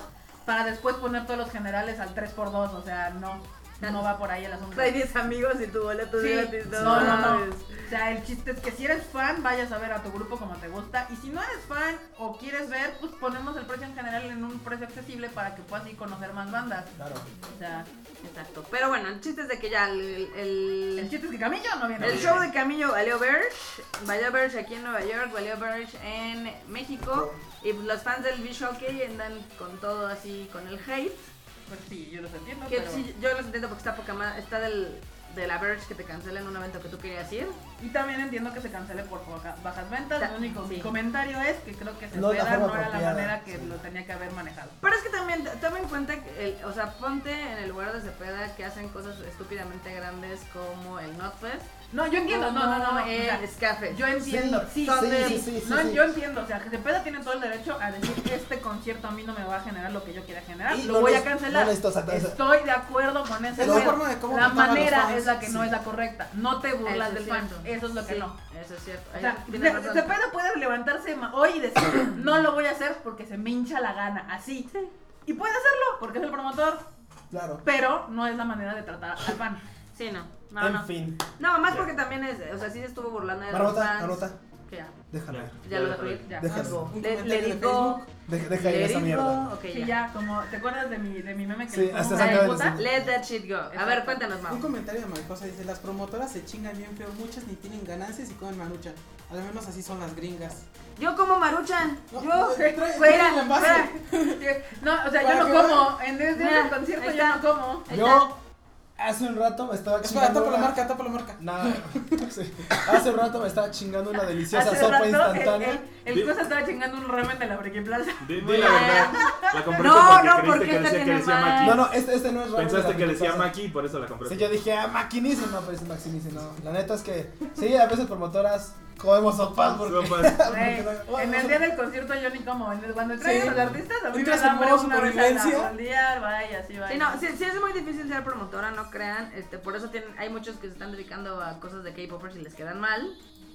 para después poner todos los generales al 3 por 2 o sea, no, no va por ahí el asunto.
Hay 10 amigos y tu boleto es
Sí.
gratis.
No, no, no.
mames.
O sea, el chiste es que si eres fan, vayas a ver a tu grupo como te gusta. Y si no eres fan o quieres ver, pues
eh,
ponemos el precio en general en un precio accesible para que puedas ir conocer más bandas.
Claro.
O sea,
Exacto. Pero bueno, el chiste es de que ya el- el-
El chiste es que Camillo no viene.
El show de Camillo valió Verge, valió Verge aquí en Nueva York, valió Verge en México y los fans del Visual que andan con todo así, con el hate.
Pues sí, yo los entiendo,
Que
pero...
sí, yo los entiendo porque está poca ma- está del, de la Verge que te cancelen un evento que tú querías ir.
Y también entiendo que se cancele por poca- bajas ventas.
Ta-
Lo único
sí.
mi comentario es que creo que se
No
no,
de la forma
no era la
apropiada,
manera que
sí.
lo tenía que haber manejado.
Pero es que también, toma en cuenta, que el- o sea, ponte en el lugar de Cepeda que hacen cosas estúpidamente grandes como el Notfest.
No, yo entiendo, no, no, no, no, o
El
sea,
Scafe.
yo entiendo,
Sí,
sí,
sí,
Thunder,
sí, sí, sí,
no,
sí.
yo entiendo, o sea, Cepeda tiene todo el derecho a decir que este concierto a mí no me va a generar lo que yo quiera
ah,
generar,
Y
lo
no
voy
les-
a cancelar.
no les tosa, tosa.
Estoy de acuerdo con ese
Es la
pedo.
forma de cómo
La
tratar a los
manera
fans,
es la que no
sí.
es la correcta. No te burlas
Eso
del
es
fan,
cierto.
eso es lo que
Sí,
no.
Eso es cierto.
O sea,
Ahí
se,
tienes razón.
Cepeda puede levantarse ma- hoy y decir, no lo voy a hacer porque se me hincha la gana, así. Y puede hacerlo porque es el promotor,
Claro.
pero no es la manera de tratar al fan.
Sí, no. No,
En
no.
fin.
No, más porque también es, o sea, sí se estuvo burlando de los
Marmota,
fans.
Marmota,
Que ya,
déjala ir.
ya lo dejó ir, ya.
Déjalo.
Algo.
Pues, Un
Le, le
comentario de
digo,
Deja, deja ir
le
esa mierda.
digo, ok,
Sí,
ya.
ya, como, ¿te acuerdas de mi, de mi meme que
Sí,
le pongo
hasta
una
se acaba de
puta?
decir.
Let that shit go. A ver, cuéntanos,
Un
Mau.
comentario de Mariposa dice, las promotoras se chingan bien feo, muchas ni tienen ganancias y comen marucha. Al menos así son las gringas.
Yo como maruchan.
No,
Yo,
trae- trae
fuera,
el envase.
fuera.
No, o sea,
Para
yo
que
no como, en este
Mira,
concierto
ahí
yo
está.
no como.
Ahí
Yo hace un rato me estaba
Espera,
chingando.
tapa la
una-
marca, tapa la marca.
Nah, sí. Hace un rato me estaba chingando una deliciosa
Hace
sopa
rato el,
instantánea.
el, el
Di-
cosa estaba chingando un ramen de la Friki Plaza.
Di, di la verdad. La compraste
No,
porque creíste
no, porque
que
esta
decía que
tiene
decía
más.
Maki.
No, no, este, este no es ramen de
Pensaste
la
que decía
Friki Plaza.
Maki y por eso la compraste.
Sí, yo dije, ah, maquinísima, pero es maquinísima. No, la neta es que, sí, a veces promotoras comemos sopas porque.
Sopas.
Güey,
no,
en
no,
el día del concierto yo ni como. en el- Cuando traigo
Sí.
a los artistas, a mí me
Entras
da
en
hambre
modo
una vez al
supervivencia.
mundial, vaya, así vaya.
Sí, no, sí, sí es muy difícil ser promotora, no crean. Este, por eso tienen, hay muchos que se están dedicando a cosas de K-popers y les quedan mal.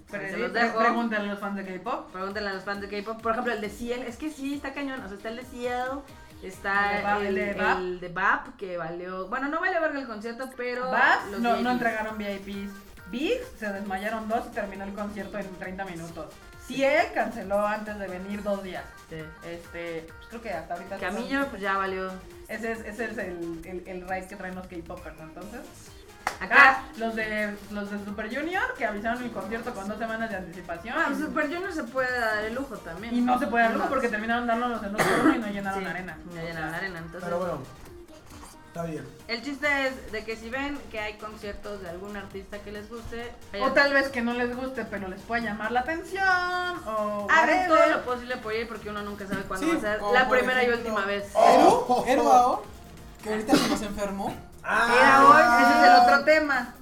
Pero
se
sí,
los
pre-
dejo.
pregúntale a los fans de K-pop.
Pregúntenle a los fans de K-pop. Por ejemplo, el de Ciel, es que sí, está cañón. O sea, está el de Ciel,
El de Bap-
está el,
el de Bap.
el de BAP, que valió. Bueno, no valió verga el concierto, pero.
Bad,
los
no,
VIPs.
no entregaron VIPs. Big se desmayaron dos y terminó el concierto en 30 minutos. Ciel canceló antes de venir dos días.
Sí.
Este, pues creo que hasta ahorita.
Camillo, pues ya valió.
Ese es, ese es el, el, el raid que traen los K-popers, ¿no? entonces.
Acá.
Ah, los de los de Super Junior que avisaron el concierto con dos semanas de anticipación.
Ah, Super Junior se puede dar el lujo también.
Y no se puede
No.
darlo porque terminaron dándonos en un turno y no llenaron
Sí,
arena.
No llenaron arena, entonces.
Pero bueno, está bien.
El chiste es de que si ven que hay conciertos de algún artista que les guste,
O tal vez que no les guste, pero les pueda llamar la atención. O
hagan
whatever.
todo lo posible por ir porque uno nunca sabe cuándo
Sí,
va a ser
o
la
por
primera y
ejemplo-
última vez.
Eru, Eru Ao,
Ah.
que ahorita se nos enfermó.
Ah.
Era hoy, ese es el otro tema.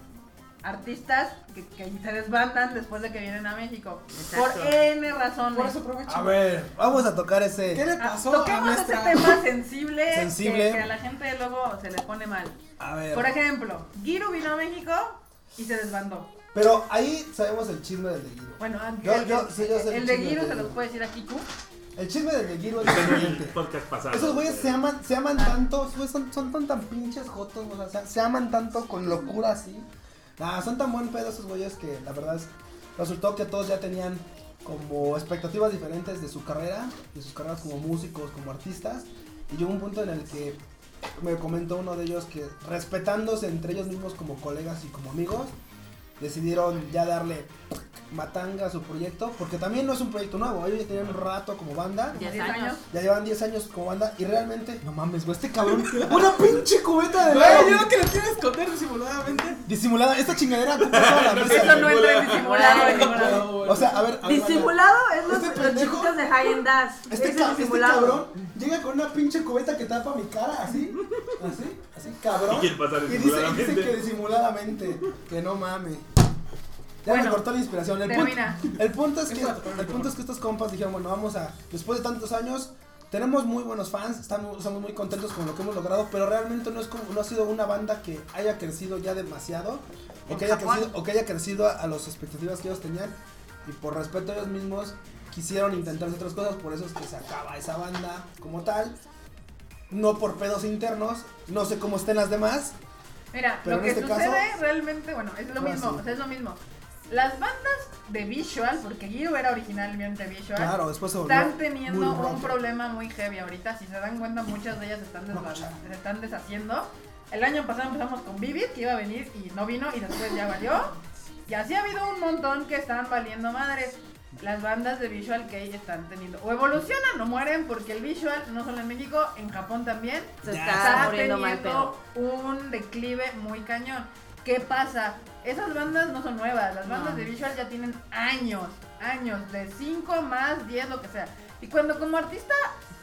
Artistas que, que se desbandan después de que vienen a México.
Exacto.
Por N razones.
Por eso aprovecho.
ah. A ver, vamos a tocar ese.
¿Qué le
Ah,
pasó a
Toquemos ese
nuestra?
tema sensible, que-
Sensible.
Que, a la gente luego se le pone mal.
A ver.
Por ejemplo, Giru vino a México y se desbandó.
Pero ahí sabemos el chisme del de Giro.
Bueno,
Ah, Yo-
el,
yo- sí, yo sé
el
el
de
chisme
Giru
de
se
Giru.
los puede decir a Kiku.
El chisme del de Giro es el
Está en el
siguiente.
podcast pasado.
Esos güeyes se aman, se aman
Ah.
tanto, esos güeyes son, son tan, tan pinches jotos, o sea, se- se aman tanto con locura así. Nah, son tan buen pedo esos güeyes que la verdad es, resultó que todos ya tenían como expectativas diferentes de su carrera, de sus carreras como músicos, como artistas. Y llegó un punto en el que me comentó uno de ellos que respetándose entre ellos mismos como colegas y como amigos, decidieron ya darle matanga a su proyecto, porque también no es un proyecto nuevo, ellos ya tenían un rato como banda.
Diez
10 años.
años.
Ya llevan 10 años como banda y realmente, no mames, güey, este cabrón, una pinche cubeta de
Güey, yo
helado
creo que lo tienes que esconder disimuladamente.
disimulada, esta chingadera ocupa toda la mesa.
Eso no entra en
Disimulado.
disimulado.
güey.
disimulado.
O sea, a ver, a ver,
Disimulado es los,
Este
los
pendejo-
chiquitos de High End Das.
Este,
Ese
ca- este
disimulado.
cabrón llega con una pinche cubeta que tapa mi cara, así, así, así, cabrón.
Y quiere pasar
Y dice,
disimuladamente.
dice que disimuladamente, que no mames. Ya me
Bueno,
cortó la inspiración. El, punto,
termina.
el punto es que
Espérate, espérate,
el punto es que estos compas dijeron, bueno, vamos a después de tantos años tenemos muy buenos fans, estamos, estamos muy contentos con lo que hemos logrado, pero realmente no es como, no ha sido una banda que haya crecido ya demasiado o
En
que haya
Japón.
crecido, o que haya crecido a, a las expectativas que ellos tenían y por respeto a ellos mismos quisieron intentar hacer otras cosas, por eso es que se acaba esa banda como tal. No por pedos internos, no sé cómo estén las demás.
Mira,
Pero
lo
en
que
este
sucede
caso-
realmente, bueno, es lo
Fue
mismo,
así.
o sea, es lo mismo. Las bandas de Visual, porque Giru era originalmente Visual,
Claro, después se volvió
están teniendo
muy
un
rock.
problema muy heavy ahorita. Si se dan cuenta, muchas de ellas se están, desba-
Mucha.
se están deshaciendo. El año pasado empezamos con Vivid, que iba a venir y no vino y después ya valió. Y así ha habido un montón que están valiendo madres. Las bandas de Visual Kei están teniendo. O evolucionan o mueren, porque el Visual, no solo en México, en Japón también,
Se
Ya.
está
está
Ah, muriendo
teniendo
mal pedo.
un declive muy cañón. ¿Qué pasa? Esas bandas no son nuevas, las bandas
No.
de Visual ya tienen años, años, de 5 más 10, lo que sea. Y cuando como artista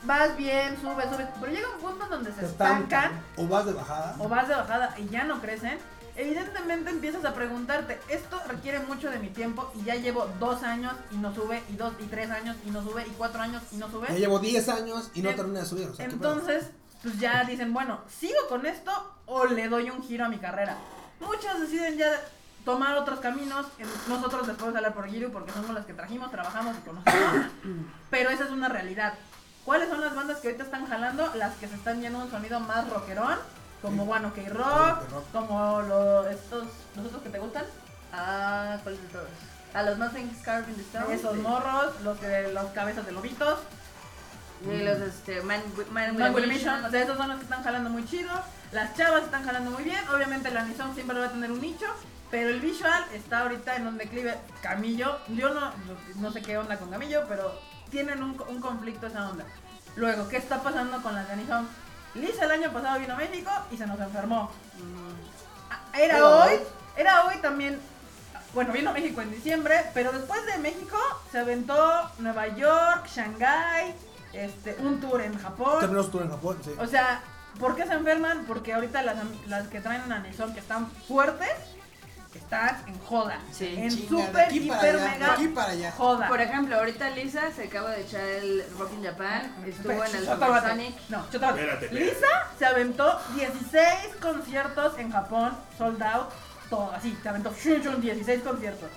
vas bien, subes, subes, pero llega un punto en donde se
Te estancan,
estancan
O vas de bajada.
o vas de bajada y ya no crecen, evidentemente empiezas a preguntarte, esto requiere mucho de mi tiempo y ya llevo dos años y no sube, y dos, y tres años y no sube, y cuatro años y no sube.
Ya llevo 10 años y no
En-
termina de subir. O sea, ¿qué pedo?
Em, Entonces, pues ya dicen, bueno, ¿sigo con esto o le doy un giro a mi carrera? Muchas deciden ya tomar otros caminos. en- Nosotros les podemos hablar por Giru porque somos las que trajimos, trabajamos y conocemos. pero esa es una realidad. ¿Cuáles son las bandas que ahorita están jalando? Las que se están yendo a un sonido más rockerón, como One Ok Rock,
Rock.
como los, estos, los otros que te gustan.
Ah, ¿cuál de todos? A los Nothing Carved in the Stone.
Esos
sí.
morros, los, de, los cabezas de lobitos.
Y los este, Man, Man,
Mango
Will
Mission,
Mission.
o sea, esos son los que están jalando muy chido. Las chavas están jalando muy bien. Obviamente la Nissan siempre va a tener un nicho. Pero el visual está ahorita en un declive. Camillo, yo no, no sé qué onda con Camillo, pero tienen un, un conflicto esa onda. Luego, ¿qué está pasando con las de Nissan? Lisa el año pasado vino a México y se nos enfermó. Ah, Era
Era
hoy,
hoy.
era hoy también. Bueno, vino a México en diciembre, pero después de México se aventó Nueva York, Shanghai, este, un tour en Japón.
Terminamos tú en Japón, sí.
O sea, ¿por qué se enferman? Porque ahorita las, am- las que traen anexón que están fuertes, están en joda.
Sí,
en
Chinga, de
super,
aquí para
hiper,
allá, de
mega
aquí para allá.
joda.
Por ejemplo, ahorita Lisa se acaba de echar el Rock in Japan. Estuvo
Espera,
en el
Chotabate.
Super Sonic.
No, Chotabate.
Espérate, espérate.
Lisa se aventó 16 conciertos en Japón, sold out, todo así. Se aventó shun, shun, 16 conciertos.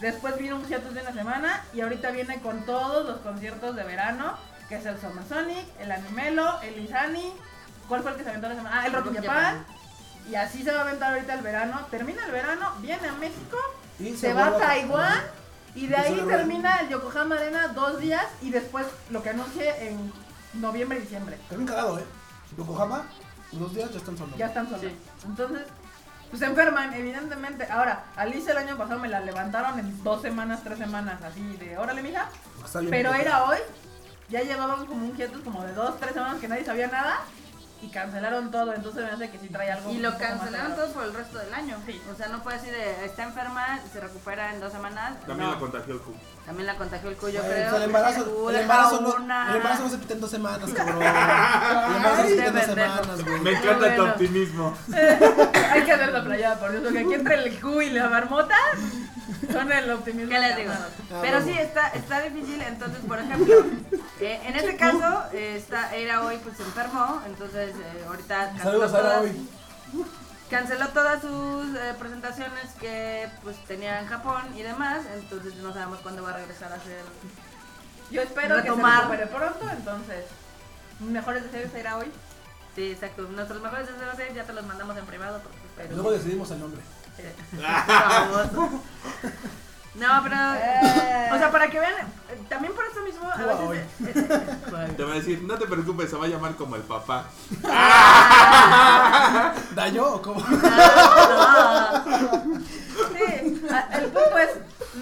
Después vino un concierto de una semana y ahorita viene con todos los conciertos de verano, que es el Summer Sonic, el Animelo, el Isani. ¿Cuál fue el que se aventó la semana? Ah, el Rock in Japan. Y así se va a aventar ahorita el verano. Termina el verano, viene a México,
Y
se va a
vuelve
Taiwán y de ahí
Eso lo
termina el Yokohama Arena dos días y después lo que anuncie en noviembre y diciembre.
Está bien cagado, ¿eh? Yokohama, dos días ya están sonando.
Ya están solos. Entonces, pues se enferman, evidentemente. Ahora, Alicia el año pasado me la levantaron en dos semanas, tres semanas, así de órale, mija.
Porque está bien
Pero
puto.
era hoy, ya llevaban como un quietos como de dos, tres semanas que nadie sabía nada y cancelaron todo. Entonces me hace que sí trae algo.
Y
un
lo
poco más
cancelaron
raro.
todo por el resto del año.
Sí.
O sea, no fue así de está enferma, se recupera en dos semanas.
También
No.
la contagió el Q.
También la contagió el cuyo, creo.
Bueno, o sea, pues el embarazo,
Tú
el
deja
embarazo, no,
una.
el embarazo no se pita en dos semanas, cabrón. El embarazo se pita en dos
Ay,
semanas, güey.
Me encanta tu
bueno.
optimismo.
Hay que hacer la playada, por eso que aquí entre el Q y la marmota son el optimismo.
¿Qué les digo?
calmado.
Pero
vamos.
sí, está, está difícil. Entonces, por ejemplo, eh, en este caso, eh, está, era hoy, pues se enfermó. Entonces, eh, ahorita canceló
Saludos a Ara
todas,
hoy.
canceló todas sus eh, presentaciones que pues tenía en Japón y demás. Entonces, no sabemos cuándo va a regresar a hacer.
Yo espero
Retomar.
que se recupere pronto, entonces. mis Mejores deseos será hoy.
Sí, exacto. Nuestros mejores deseos eh, ya te los mandamos en privado. porque, pues, pero-
Luego decidimos el nombre.
Baboso. No, pero.
Eh.
O sea, para que vean, eh, también por eso mismo. A
Tú, ah,
veces, eh, eh,
Te va a decir, no te preocupes, se va a llamar como el papá.
¿Dayo o cómo?
ah, no.
Sí, a- el punto es,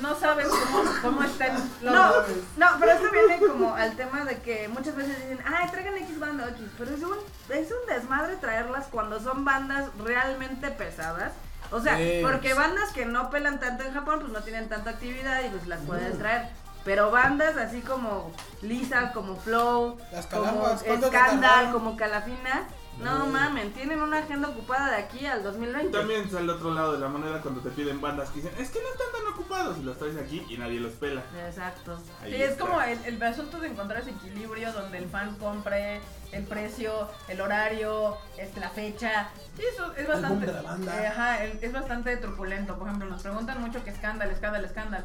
no sabes cómo, cómo están los...
No, no, pero esto viene como al tema de que muchas veces dicen, ay, traigan X banda X, pero es un, es un desmadre traerlas cuando son bandas realmente pesadas. O sea,
Sí.
porque bandas que no pelan tanto en Japón, pues no tienen tanta actividad y pues las puedes traer. Pero bandas así como Lisa, como Flow,
Las
como
Calambas, ¿cuánto te
Scandal,
tardaron?
como Calafina, no
No.
mamen, tienen una agenda ocupada de aquí al 2020.
También al otro lado de la moneda cuando te piden bandas que dicen, es que no están tan ocupados y los traes aquí y nadie los pela.
Exacto.
Ahí
Sí, es
está.
como el, el asunto de encontrar ese equilibrio donde el fan compre el precio, el horario, este, la fecha. Sí, eso es
boom
bastante.
de la banda.
eh, ajá, el- es bastante truculento. Por ejemplo, nos preguntan mucho que escándalo, escándalo, escándalo.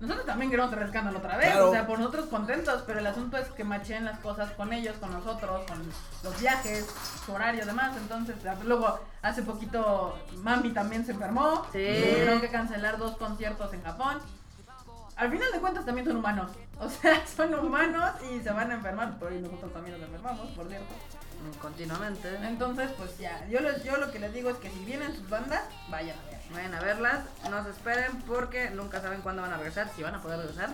Nosotros también queremos tener escándalo otra vez.
Claro.
O sea, por nosotros contentos, pero el asunto es que machen las cosas con ellos, con nosotros, con los viajes, su horario, demás. Entonces, ya, luego, hace poquito, Mami también se enfermó.
Sí.
Tuvieron que cancelar dos conciertos en Japón al final de cuentas también son humanos. O sea, son humanos y se van a enfermar. Por ahí nosotros también nos enfermamos, por cierto.
mm, continuamente.
Entonces, pues ya, yo, les- yo lo que les digo es que si vienen sus bandas, vayan a ver.
Vayan a verlas, no se esperen porque nunca saben cuándo van a regresar, si van a poder regresar,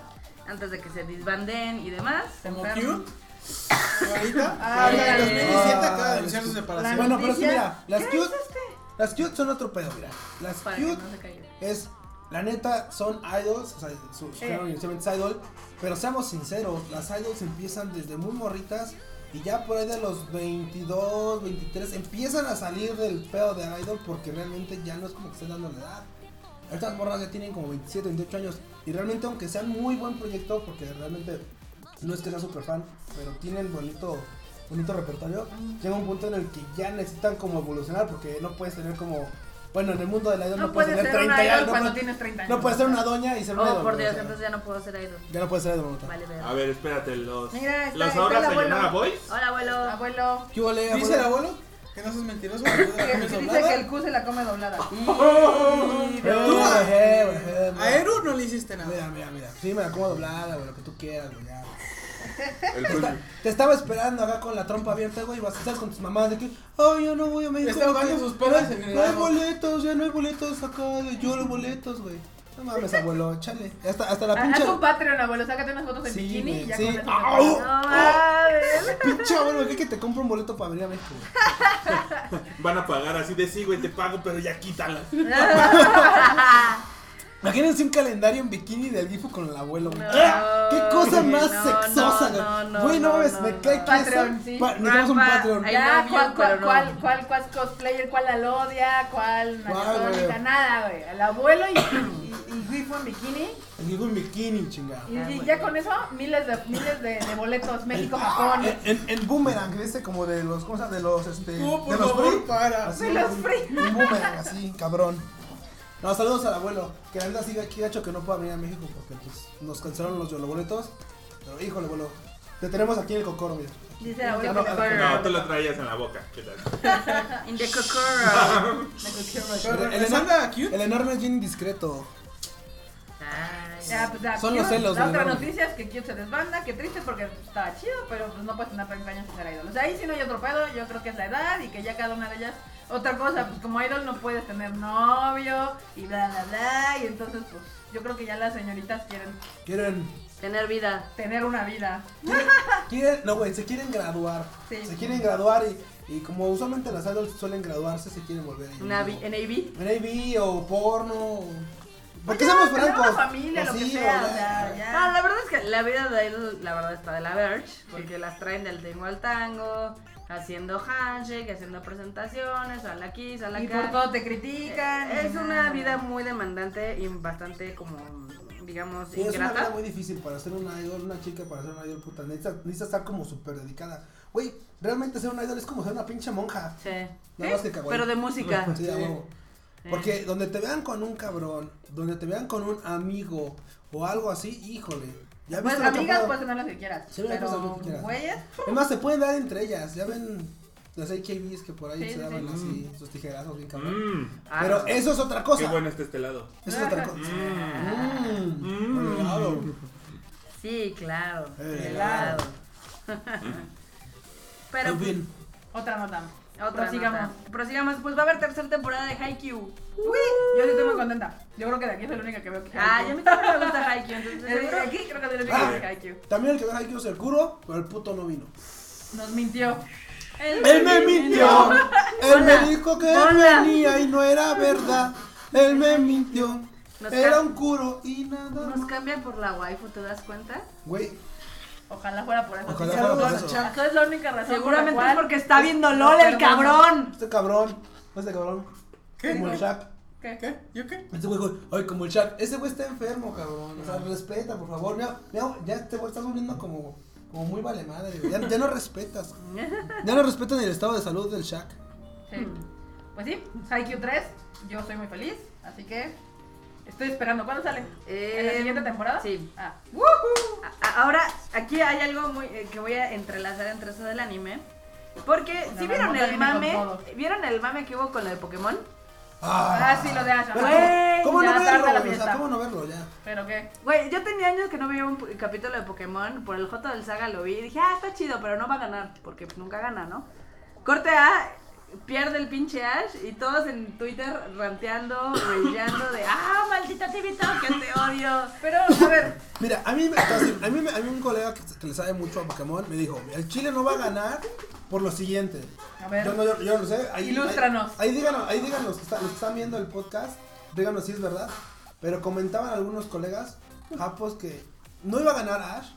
antes de que se disbanden y demás.
Como
Enfermos.
cute.
Ahorita,
Ah,
ahorita, en
ya,
2017
ya, ya.
acaba de anunciar su separación.
Bueno, pero Ah, sí,
noticia- este?
mira, las cute, las cute son otro pedo, mira. Las
Para que
cute
no se caigan.
es, la neta, son idols, o sea, su, su
Sí.
género inicialmente es idol, pero seamos sinceros, las idols empiezan desde muy morritas y ya por ahí de los 22, 23 empiezan a salir del pedo de idol porque realmente ya no es como que estén dando la edad. Estas morras ya tienen como 27, 28 años y realmente aunque sean muy buen proyecto, porque realmente no es que sea super fan, pero tienen bonito bonito repertorio, llega un punto en el que ya necesitan como evolucionar porque no puedes tener como bueno, en el mundo del idol no, pues,
No puedes
tener
ser un
30 y
idol
algo,
cuando
no puedes-
Tienes 30 años.
no puedes ser una doña y ser una
Oh,
idol,
por
güey,
Dios,
o sea,
entonces ya no puedo ser idol.
ya no puedes ser idol.
Vale, ver.
A ver, espérate, los.
Mira, está-
¿Los
está
ahora
el
se
abuelo.
llamaba Boys?
Hola, abuelo.
Abuelo.
¿Qué hubo, le,
Dice el
abuelo?
abuelo que no seas mentiroso. que te la
Que
comes
dice
doblada.
que el Q se la come doblada.
Y- Tú,
Eh,
a-
eh, güey, eh,
A
mira.
Eru no le hiciste
Mira,
nada.
mira, mira. Sí, me la como doblada, güey, lo que tú quieras, güey. ya.
El
Te esta- Te estaba esperando acá con la trompa abierta, güey, y vas a estar con tus mamás de que, ay, yo no voy a México.
Está
porque
ahogando sus pedas
no-
en el
No hay
lago".
boletos, ya no hay boletos acá, de yo los boletos, güey. No mames, abuelo, chale. Hasta, hasta
Ah,
la
Haz
pinche.
un Patreon, abuelo. Sácate unas fotos en
Sí,
bikini
güey,
y ya
sí.
con eso. te
¡Au!
pagas.
No mames.
Pinche abuelo, que que te compro un boleto para venir a México. güey.
Van a pagar así de sí, güey, te pago, pero ya quítala.
Imagínense un calendario en bikini del Gifu con el abuelo, güey.
No,
¡Ah! ¡Qué cosa
güey,
más
no, no,
sexosa, güey!
no, no,
Güey, no
no,
mames,
no,
me
no.
cae que
Patreon,
esa-
sí.
pa- necesitamos un
Rampa,
Patreon.
ahí-
Ya,
I love you,
¿cuál, cuál,
pero no.
cuál, cuál, cuál cosplayer, cuál la odia, cuál
¿Cuál,
narizonita,
güey?
nada, güey. El abuelo y, y, y Grifo en bikini.
El Gifu en bikini, chingada.
Y,
Ah,
y
güey.
ya con eso, miles de, miles de, de boletos. México, Japón.
En, en, en boomerang, de ese como de los, ¿cómo se llama? De los, este,
No, por
de los
favor,
free.
para.
Así,
De los
un-
free.
Un boomerang, así, cabrón. No, saludos al abuelo, que la neta sigue aquí gacho que no pueda venir a México porque pues, nos cancelaron los yoloboletos. Pero híjole, abuelo, te tenemos aquí en el cocoro, mira.
Dice el abuelo
No,
que
no,
le corre.
No, tú lo traías en la boca. ¿Qué tal?
In the cocorro.
Pero
El- el-
regresando a Cute,
El enorme es bien indiscreto.
Ay.
Ya, pues, la
Son los celos,
La
güey,
otra
no, güey.
noticia es que Cute se desbanda, que triste porque estaba chido, pero pues no puedes tener 30 años sin ser idol. O sea, ahí sí no hay otro pedo, yo creo que es la edad y que ya cada una de ellas. Otra cosa, pues como idol no puedes tener novio y bla, bla, bla. Y entonces, pues yo creo que ya las señoritas quieren
Quieren,
Tener vida.
tener una vida.
quieren, no, güey, se quieren graduar.
Sí.
Se quieren graduar y, y como usualmente las idols suelen graduarse, se quieren volver a ir.
Una vi- NAV.
Navy o porno. o- Porque
Ya,
somos
tener
francos. Pues
Pues Una familia, lo que
Así,
sea,
o
o sea,
Ah,
ya.
la verdad es que la vida de Idol, la verdad está de la Verge, porque las traen del tengo al tango, haciendo handshake, haciendo presentaciones, a la aquí, a la
Y por todo te critican. y
Es
no,
una
no,
vida
no.
muy demandante y bastante como, digamos,
Sí, es una vida
ingrata.
muy difícil para ser una idol, una chica para ser una idol puta. Necesita, necesita estar como súper dedicada. Güey, realmente ser una idol es como ser una pinche monja.
Sí.
Nada más que kawaii.
Pero de música.
Sí, a huevo. Porque donde te vean con un cabrón, donde te vean con un amigo o algo así, híjole. Ya
Pues
viste lo que ha
amigas
pasado?
puedes tener las que quieras.
Sí, puedes tener lo
pero
que quieras.
güeyes,
Es más, se pueden dar entre ellas. Ya ven las AKBs que por ahí
Sí,
se
sí,
daban
sí.
así, sus tijerazos bien cabrón.
Mmm,
Ah,
Pero
no.
eso es otra
qué
cosa.
bueno está este lado.
Eso es otra cosa.
Mmm.
Mm.
Claro.
Sí, claro.
Eh, Mm.
Helado. Pero
Muy bien.
otra nota.
Otra
Prosigamos.
nota. Prosigamos. Pues va a haber tercera temporada de Haikyuu.
Yo sí estoy muy contenta. Yo creo que de aquí soy la única que veo que.
Ah, ya me también me gusta Haikyuu, entonces
De
seguro.
aquí creo que soy la única que
Ah.
veo Haikyuu.
También el que ve a Haikyuu es el Kuro, pero el puto no vino.
Nos mintió.
Él me mintió. Él
Hola.
me dijo que
Hola.
venía y no era verdad. Él me mintió.
Nos
Era
ca-
un Kuro y nada.
Nos cambia por la waifu, ¿te das cuenta?
Güey,
Ojalá fuera por eso.
Ojalá
Sí,
fuera por
cabrón.
eso.
Esa es la única razón. por la cual-
está viendo
LOL el cabrón.
este cabrón. Este cabrón.
¿Qué?
Como el Shaq.
¿Qué?
¿Qué? ¿Yo qué?
Este güey, güey, ay, como el Shaq. Ese güey está enfermo, cabrón. O sea, respeta, por favor. Mira, mira, ya este güey estás volviendo como, como muy vale madre. güey. Ya, ya no respetas. Ya no respetan el estado de salud del Shaq.
Sí. Pues sí, Haikyuu 3. Yo soy muy feliz. Así que. Estoy esperando. ¿Cuándo sale? ¿En la
Eh,
siguiente temporada?
sí.
Ah.
A- a- Ahora, aquí hay algo muy, eh, que voy a entrelazar entre eso del anime. Porque, si
La
vieron
marmota
el
viene con
mame,
todo.
¿vieron el mame que hubo con el Pokémon?
Ah, sí, lo de Ash.
Pero
Güey,
¿Cómo, cómo no
ya tarde la
verlo? güey? O sea,
fiesta.
¿cómo no verlo ya?
¿Pero qué?
Güey, yo tenía años que no veía un po- capítulo de Pokémon. Por el Joto del Saga lo vi y dije, ah, está chido, pero no va a ganar. Porque nunca gana, ¿no? Corte A, pierde el pinche Ash y todos en Twitter ranteando, brillando de ¡Ah, maldita TV Talk, que te odio!
Pero, a ver,
Mira, a mí, me- a mí, me- a mí un colega que, que le sabe mucho a Pokémon me dijo, el Chile no va a ganar por lo siguiente.
A ver.
Yo no, yo, yo no sé. Ahí,
Ilústranos.
Ahí, ahí díganos, ahí díganos, que están- los que están viendo el podcast, díganos si es verdad. Pero comentaban algunos colegas japos que no iba a ganar Ash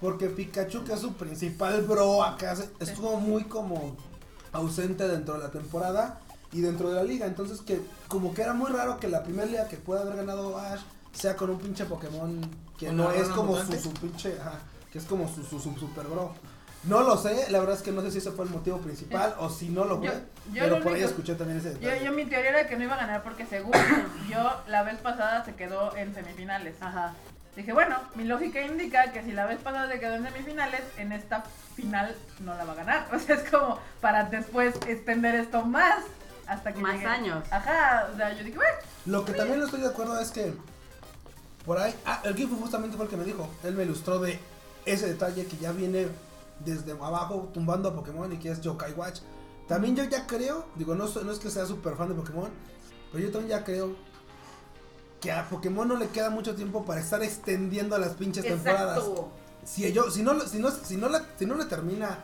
porque Pikachu, que es su principal bro acá, se- estuvo muy como ausente dentro de la temporada y dentro de la liga. Entonces que como que era muy raro que la primera liga que pueda haber ganado Ash sea con un pinche Pokémon que Una no es rana como su, mutante. su pinche, ajá, que es como su, su, su super bro. No lo sé, la verdad es que no sé si ese fue el motivo principal o si no lo fue.
Eh, Yo- yo
pero
lo
por ahí
único-
escuché también ese
Yo,
detalle.
yo mi teoría era que no iba a ganar porque según yo la vez pasada se quedó en semifinales.
Ajá.
Dije, bueno, mi lógica indica que si la vez pasada se quedó en semifinales, en esta final no la va a ganar. O sea, es como para después extender esto más hasta que
Más
llegue-
años.
Ajá, o sea, yo dije, bueno,
Lo que también no estoy de acuerdo es que por ahí, ah, el Gifu justamente fue el que me dijo, él me ilustró de ese detalle que ya viene desde abajo tumbando a Pokémon y que es Yokai Watch. También yo ya creo, digo, no, soy- no es que sea súper fan de Pokémon, pero yo también ya creo que a Pokémon no le queda mucho tiempo para estar extendiendo las pinches temporadas.
Exacto.
si yo si no si no si no la si no la termina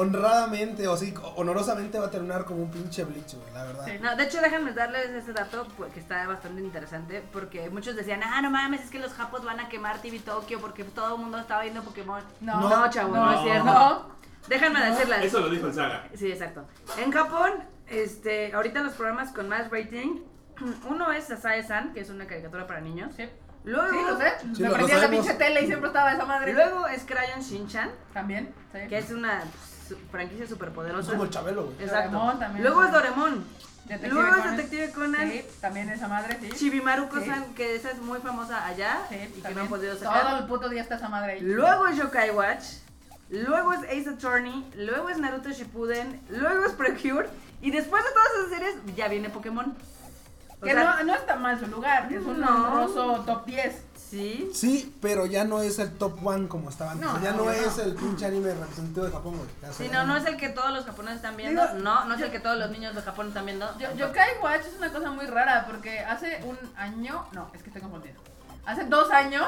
honradamente o sí honorosamente va a terminar como un pinche bleach güey, la verdad
Sí.
No, de hecho, déjenme darles ese dato pues, que está bastante interesante. Porque muchos decían, ah, no mames, es que los japos van a quemar TV Tokio porque todo el mundo estaba viendo Pokémon.
No.
no, chavos, no, es
No.
cierto. Déjenme decirles.
Eso lo dijo el Saga.
Sí, exacto. En Japón, este, ahorita los programas con más rating, uno es Sasae-san, que es una caricatura para niños.
Sí.
Luego,
sí, lo sé.
Sí, lo-
Me
lo
prendía la
sabemos.
pinche tele y siempre estaba esa madre.
luego es Crayon Shinchan,
También, sí.
que es una su- franquicia
es
superpoderosa.
como el Chabelo güey
Exacto.
Doraemon también.
Luego es Doremon.
Detective
luego es
Conan.
Detective Conan.
Sí, también esa madre, sí.
Chibimaruko-san, que esa es muy famosa allá
Sí,
y que no
también.
han podido
Todo
sacar.
el puto día está esa madre ahí.
Luego es Yokai Watch. Luego es Ace Attorney. Luego es Naruto Shippuden. Luego es Precure. Y después de todas esas series, ya viene Pokémon. O
que
sea,
no, no está mal su lugar, es un
No.
honroso top 10.
Sí.
sí pero ya no es el top one como estaba antes
No,
ya no,
no,
es el pinche anime representativo de Japón güey Ya
Sí,
se-
no, no es el que todos los japoneses están viendo.
Digo,
no, no es el que todos los niños de Japón están viendo.
Yo, Yokai Watch es una cosa muy rara porque hace un año, no, es que estoy confundiendo. Hace dos años,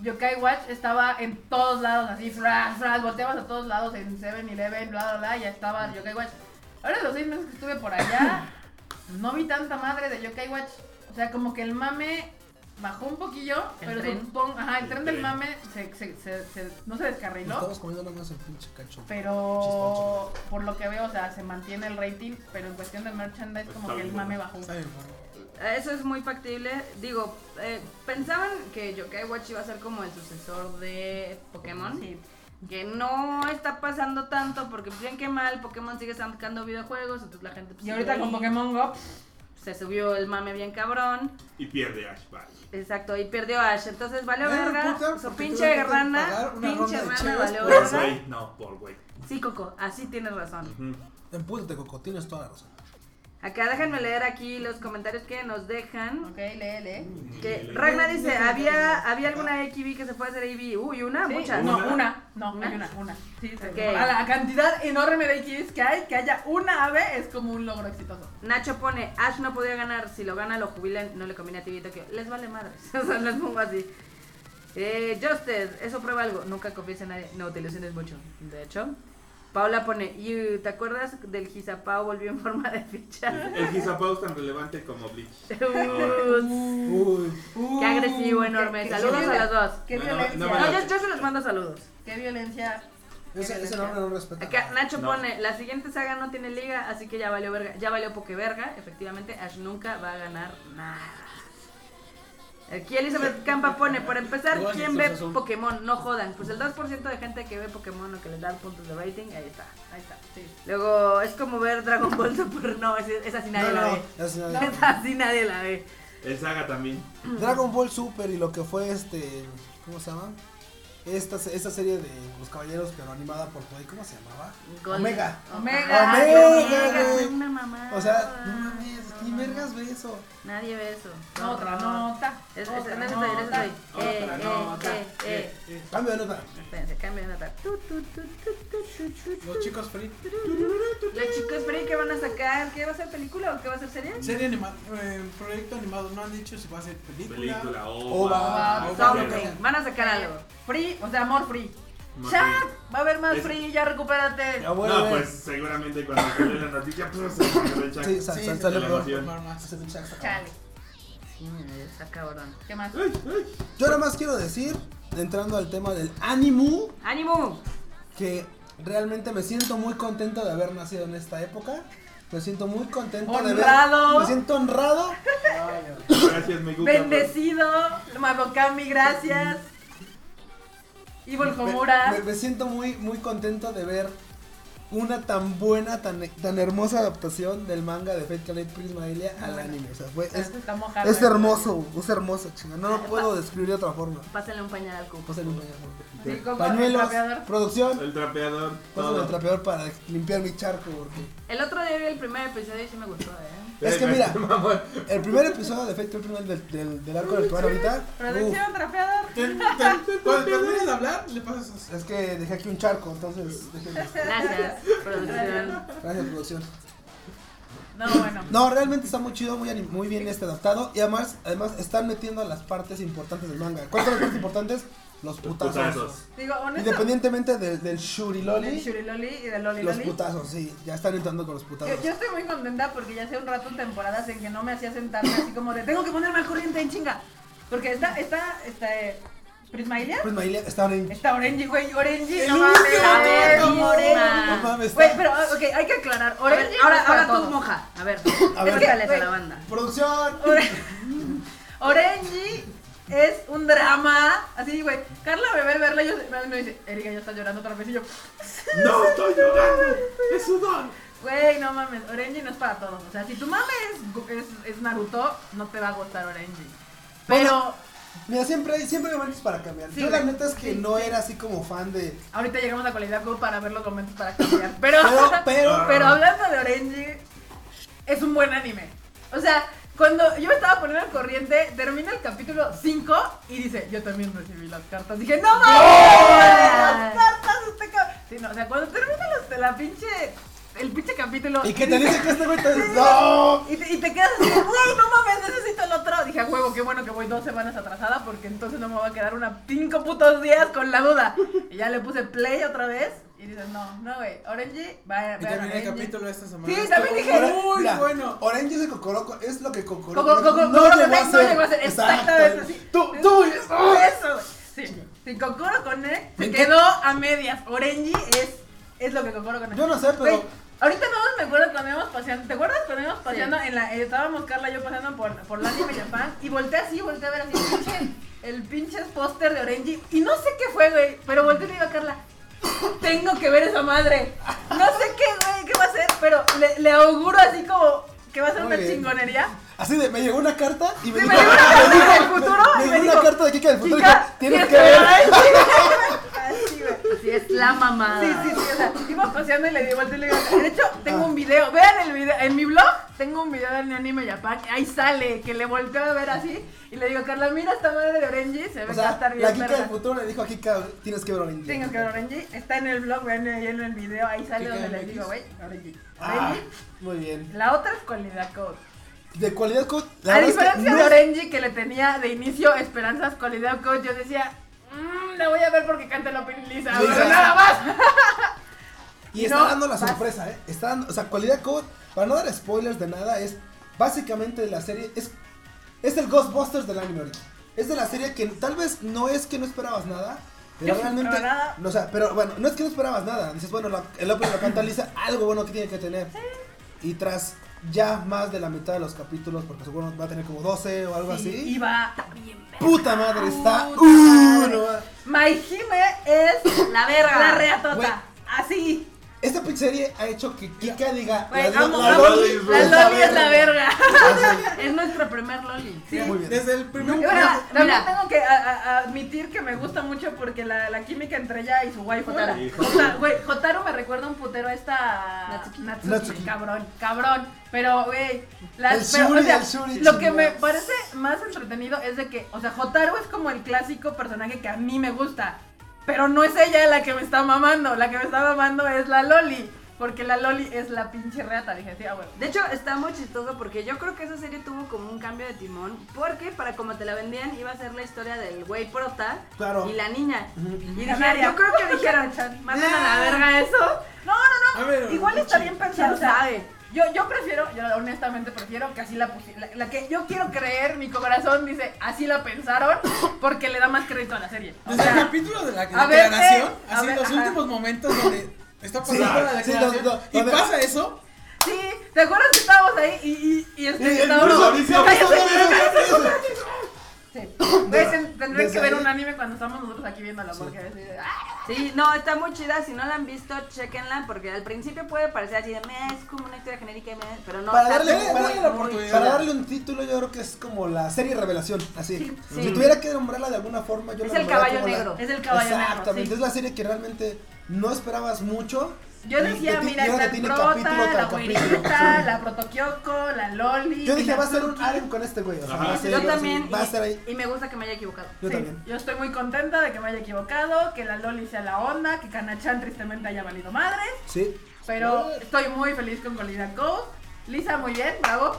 Yokai Watch estaba en todos lados, así, fras, fras, volteabas a todos lados en 7-Eleven, bla, bla, bla, ya estaba Yokai Watch. Ahora, los seis meses que estuve por allá, no vi tanta madre de Yokai Watch. O sea, como que el mame bajó un poquillo,
El
pero
tren.
supongo, ajá, el,
El
tren, del
tren.
mame se, se- se- se- no se
Nos
descarriló.
estamos comiendo nada más el pinche cacho
Pero por lo que veo, o sea, se mantiene el rating, pero en cuestión de merchandise como
Pues Está
que el
bien,
mame
bueno.
bajó.
Está bien, güey.
Eso es muy factible. Digo, eh, pensaban que Yokai Watch iba a ser como el sucesor de Pokémon.
Sí.
Que no está pasando tanto porque pues, bien que mal, Pokémon sigue sacando videojuegos, entonces la gente pues,
Y
sigue
ahorita con
ahí.
Pokémon Go,
se subió el mame bien cabrón.
Y pierde Ash, bye.
Exacto, y perdió a Ash. Entonces valió
Bueno,
verga.
Ah, puta,
Su
porque
pinche
tuvieron que pagar
hermana,
una
pinche
ronda de
hermana
chelas
valió
por
Por
verga.
güey, no, por güey.
Sí, Coco, así tienes razón.
Ujú.
empúdate Coco tienes toda la razón
Acá déjenme leer aquí los comentarios que nos dejan.
ok, lee, lee.
Que Ragna dice, ¿había, ¿había alguna XB que se fue a hacer AB? Uy, una,
Sí,
Ah, muchas.
No,
¿Una?
una, no,
¿Una?
hay una, una. Sí, sí,
Ok.
A la cantidad enorme de X que hay, que haya una ave es como un logro exitoso.
Nacho pone, Ash no podía ganar, si lo gana lo jubilan, no le conviene a TV Tokio. Les vale madres, o sea, les pongo así. Eh, Justed, eso prueba algo, nunca confíes en nadie, no, te ilusiones mucho, de hecho. Paula pone, "Yu, ¿te acuerdas del Gizapao volvió en forma de ficha?
El Gizapau es tan relevante como Bleach.
Ups,
uy
Qué agresivo, enorme,
qué-
saludos
qué-
a las dos.
Qué
No, no,
violencia,
no me
No, yo, yo se los mando saludos.
qué violencia.
ese, ese nombre no respeta
Acá
nada.
Nacho
No.
pone, la siguiente saga no tiene liga, así que ya valió verga, ya valió poke verga, efectivamente Ash nunca va a ganar nada. Aquí Elizabeth Campa pone, para empezar,
Igual
¿quién
Nixon
ve
se asoma.
Pokémon? No jodan, pues el 2% de gente que ve Pokémon o que les dan puntos de rating, ahí está.
Ahí está, sí.
Luego, es como ver Dragon Ball Super, no, es- esa sí nadie
no,
la
no,
ve.
ya se-
Esa sí nadie la ve.
El Saga también.
Dragon Ball Super y lo que fue este. ¿Cómo se llama? Esta, se- esta serie de Los Caballeros, pero animada por Toei, ¿cómo se llamaba? Omega.
Omega.
Omega,
Omega,
güey.
fue una mamá.
O sea, no mames, es que ¿Quién vergas ve eso?
Nadie ve eso.
Otra nota.
Es, es,
otra
es, necesario, es
nota,
necesario. Eh,
Otra
eh,
nota.
eh, eh.
Cambio de nota.
Espérense, cambio de nota. Tu, tu, tu, tu, tu, tu, tu, tu.
Los chicos free.
Los chicos free que van a sacar, ¿qué va a ser película o qué va a ser serie?
Serie animada, proyecto animado, no han dicho si va a ser película.
Película,
Ova.
ova.
Something. Van a sacar algo.
Free, o sea, amor free.
Más
Ya,
bien.
va a haber más
Es-
free, ya recupérate.
Ya vuelve.
No, pues seguramente cuando salió la noticia, pues se me echa
Sí, sal-
Sí,
sal-
se
sale
la
peor.
emoción.
Formar más.
Se me echa hasta-
Chale.
Sí, está cabrón.
¿Qué más?
Ay, ay.
Yo nada más quiero decir, entrando al tema del ánimo,
¡Ánimo!
que realmente me siento muy contento de haber nacido en esta época. Me siento muy contento de ver.
Honrado.
Me siento honrado.
Gracias, mi gusta.
Bendecido, Mabokami, gracias. Y Volcomura.
Me, me- me siento muy, muy contento de ver una tan buena, tan, tan hermosa adaptación del manga de Fate Night Prisma Ilia al anime. O sea, fue, es,
Está mojado.
es hermoso, es hermoso, chinga. No lo puedo describir de otra forma.
Pásenle un pañal al cupo.
Pásenle un pañal.
Sí, como el
Pañuelos,
trapeador.
producción.
El trapeador.
Pásenle el
todo.
trapeador para limpiar mi charco. Porque...
El otro día vi el primer episodio y sí me gustó, ¿eh?
Es que mira,
Mamón.
el primer episodio de Fate Night Prisma del, del, del arco del que van ahorita. uf,
Producción, trapeador.
Te- te- Cuando termines de hablar, le pasas así.
es que dejé aquí un charco, entonces. déjenme.
Gracias, producción.
Gracias, producción.
No, bueno.
No, realmente está muy chido, muy, anim- muy bien este adaptado. Y además, además están metiendo las partes importantes del manga. ¿Cuáles son las partes importantes? Los
Los
putazos.
putazos.
Digo, honestamente.
Independientemente del, del
Del
shuriloli,
Shuriloli y del Loli
los
Loli.
putazos, sí. Ya están entrando con los
Yo,
putazos.
yo estoy muy contenta porque ya hace un rato temporadas en que no me hacía sentarme así como de tengo que ponerme al corriente en chinga. Porque está, está, está, eh, Prismailia,
Pues Maile, estaban en...
está Orenji, güey, Orenji,
El
no mames,
último,
a ver,
no
Orenji.
No mames,
Güey,
está-
pero, ok, hay que aclarar,
A ver,
Orenji, ahora, ahora
todo
tú moja.
moja. A ver,
A ver.
explícales a
güey.
la banda.
¡Producción!
Ore- Orenji es un drama, así, güey, Carla me ve verla y yo, me dice, Erika, ya está llorando otra vez y yo,
No, estoy llorando. Es sudor.
Güey, no mames, Orenji no es para todos. O sea, si tu mame es, gu- es, es Naruto, no te va a gustar Orenji. Pero
Mira, siempre hay, siempre hay momentos para cambiar.
Sí,
yo la
güey.
neta es que
Sí,
no
sí.
era así como fan de...
ahorita llegamos a Cualidad Go para ver los momentos para cambiar. Pero,
Pero, pero...
pero hablando de Orenji, es un buen anime. O sea, cuando yo me estaba poniendo al corriente, termina el capítulo 5 y dice, yo también recibí las cartas. Dije, no mames, las cartas, este cabrón. Sí, no, o sea, cuando termina los- la pinche, el pinche capítulo...
Y que te dice que este güey te... ¡No!
Y te, y te quedas así, güey, no mames, necesito el otro. Dije, "A huevo, qué bueno que voy dos semanas atrasada porque entonces no me va a quedar una cinco putos días con la duda. Y ya le puse play otra vez y dices, no, no, güey, Orange, vaya,
Y también el
vaya.
capítulo esta semana.
Sí,
estuvo
también dije,
Muy
Mira,
bueno.
Orange de Cocoroco es lo que Cocoroco,
Coco- Coco-
no,
Coco-
llegó a
no
ser.
llegó a ser, exactamente, sí.
Tú, tú, ¡ah!
eso, güey. Sí, sí, Kokoro Connect se quedó a medias. Orange es, es lo que Kokoro Connect.
Yo no sé, pero...
Güey, ahorita todos me acuerdo cuando íbamos paseando. ¿Te acuerdas cuando íbamos paseando? En la, eh, estábamos Carla y yo paseando por, por la anime Japan. Y volteé así, volteé a ver así el pinche, el pinche póster de Orenji. Y no sé qué fue, güey. Pero volteé y le digo a Carla. Tengo que ver esa madre. No sé qué, güey, qué va a ser. Pero le, le auguro así como que va a ser
Muy
una
bien.
chingonería.
Así de, me llegó una carta y me
Sí,
dijo,
me llegó una carta
me
del
dijo-
futuro
me,
y
llegó
me
una
dijo,
carta de Kika del futuro y dijo,
Chica,
tienes que ver.
Orenji". Así, güey.
Así es la mamada.
Sí, sí, sí, o sea, iba paseando y le di vuelta y le digo, de hecho, tengo un video, vean el video, en mi blog tengo un video del anime Japan, ahí sale, que le volteo a ver así, y le digo, Carla, mira esta madre de Orenji, se ve
O
que va a
sea,
estar
la
bien
Kika
verga".
del futuro le dijo a Kika, tienes que ver Orange.
Tengo que ver Orenji, está en el blog, vean ahí en el video, ahí sale
¿Qué
donde
cae,
le digo, güey, Orenji,
Ah,
Orenji.
muy bien.
La otra es Cualidad Code.
De cualidad coach,
a diferencia
no
de
es-
Orenji, que le tenía de inicio esperanzas Cualidad Code, yo decía, mmm, la voy a ver porque canta la Pin Lisa,
Sí,
pero
sí, sí.
nada más.
Y está
No,
dando la
vas.
sorpresa, ¿eh? Está dando, o sea, cualidad coach, para no dar spoilers de nada, es básicamente la serie, es, es el Ghostbusters del anime ahorita. Es de la serie que tal vez no es que no esperabas nada, pero
Yo sí
realmente...
esperaba nada.
no, o sea, pero bueno, no es que no esperabas nada. Dices, bueno, la- el opening lo canta Lisa, algo bueno que tiene que tener. Y tras ya más de la mitad de los capítulos, porque seguro va a tener como 12 o algo
Sí,
así.
y va
¡Puta madre! Está...
Puta
¡Uh!
madre.
no va.
Maijime es
La verga.
la reatota.
Güey.
Así.
Esta pinche serie ha hecho que Kika diga...
Güey,
"La-
amo,
la
amo.
Loli
La Loli es la verga.
Es nuestro primer Loli.
Sí.
Muy bien.
Desde el primer
Ahora,
Mira.
también tengo que a- a- a admitir que me gusta mucho porque la, la química entre ella y su guay Jotaro.
Sí.
O sea, güey, Jotaro me recuerda un putero a esta
Natsuki.
Natsuki,
Natsuki.
cabrón, cabrón. Pero güey, la-
El
pero,
Shuri,
o sea,
el Shuri,
lo que me
chingados.
parece más entretenido es de que, o sea, Jotaro es como el clásico personaje que a mí me gusta, pero no es ella la que me está mamando, la que me está mamando es la Loli, porque la Loli es la pinche reata, dije, sí, ah, bueno.
De hecho, está muy chistoso porque yo creo que esa serie tuvo como un cambio de timón. Porque para como te la vendían, iba a ser la historia del güey prota
Claro.
y la niña. Y dijeron,
Canaria.
yo creo que dijeron, "Ah, mandan a la verga eso.
No, no,
A ver,
no, igual está bien pensado,
¿Quién
o sea,
sabe?
Yo, yo prefiero, yo honestamente prefiero que así la pusi- la, la que yo quiero creer, mi corazón dice, así la pensaron, porque le da más crédito a la serie. O
Desde el
sea,
capítulo de la
a ver,
declaración,
eh, a
así
ver,
los
ajá.
últimos momentos donde está
Sí,
pasando la
sí,
declaración
lo- lo-
y
a ver.
pasa eso,
sí, ¿te acuerdas que estábamos ahí y, y, y este,
Y- y-
estábamos-
incluso-
¡Cállate!
incluso-
Sí. Güey, ten- Tendré que
desde
ver
ahí-
un anime cuando estamos nosotros aquí viéndolo, porque a veces... ¡ah!
Sí, no, está muy chida. Si no la han visto, chequenla. Porque al principio puede parecer así de, "Meh, es como una historia genérica. meh", Pero no.
Para
está
darle,
muy,
para-
muy,
para-
muy
para
chida.
darle un título, yo creo que es como la serie Revelación. Así.
Sí, sí.
Si tuviera que nombrarla de alguna forma, yo
Es
la
el
nombraría
caballo
como la-
negro.
Es el caballo negro,
Exactamente.
sí.
Es la serie que realmente no esperabas mucho.
Yo
y
decía,
que ti-
mira,
y ahora
está
que
el
tiene
prota,
capítulo tras
la
capítulo.
güerita, la protoquioko, la loli...
Yo dije,
la
va a ser un
Tsuki.
harem con este güey. O sea,
Ajá.
va a ser,
Yo
va a ser-
también.
Va a
y-
estar ahí.
Y me gusta que me haya equivocado.
Yo
Sí,
también.
yo estoy muy contenta de que me haya equivocado, que la Loli sea la onda, que Kanachan tristemente haya valido madre,
Sí.
pero estoy muy feliz con Colina Ghost. Lisa, muy bien, bravo.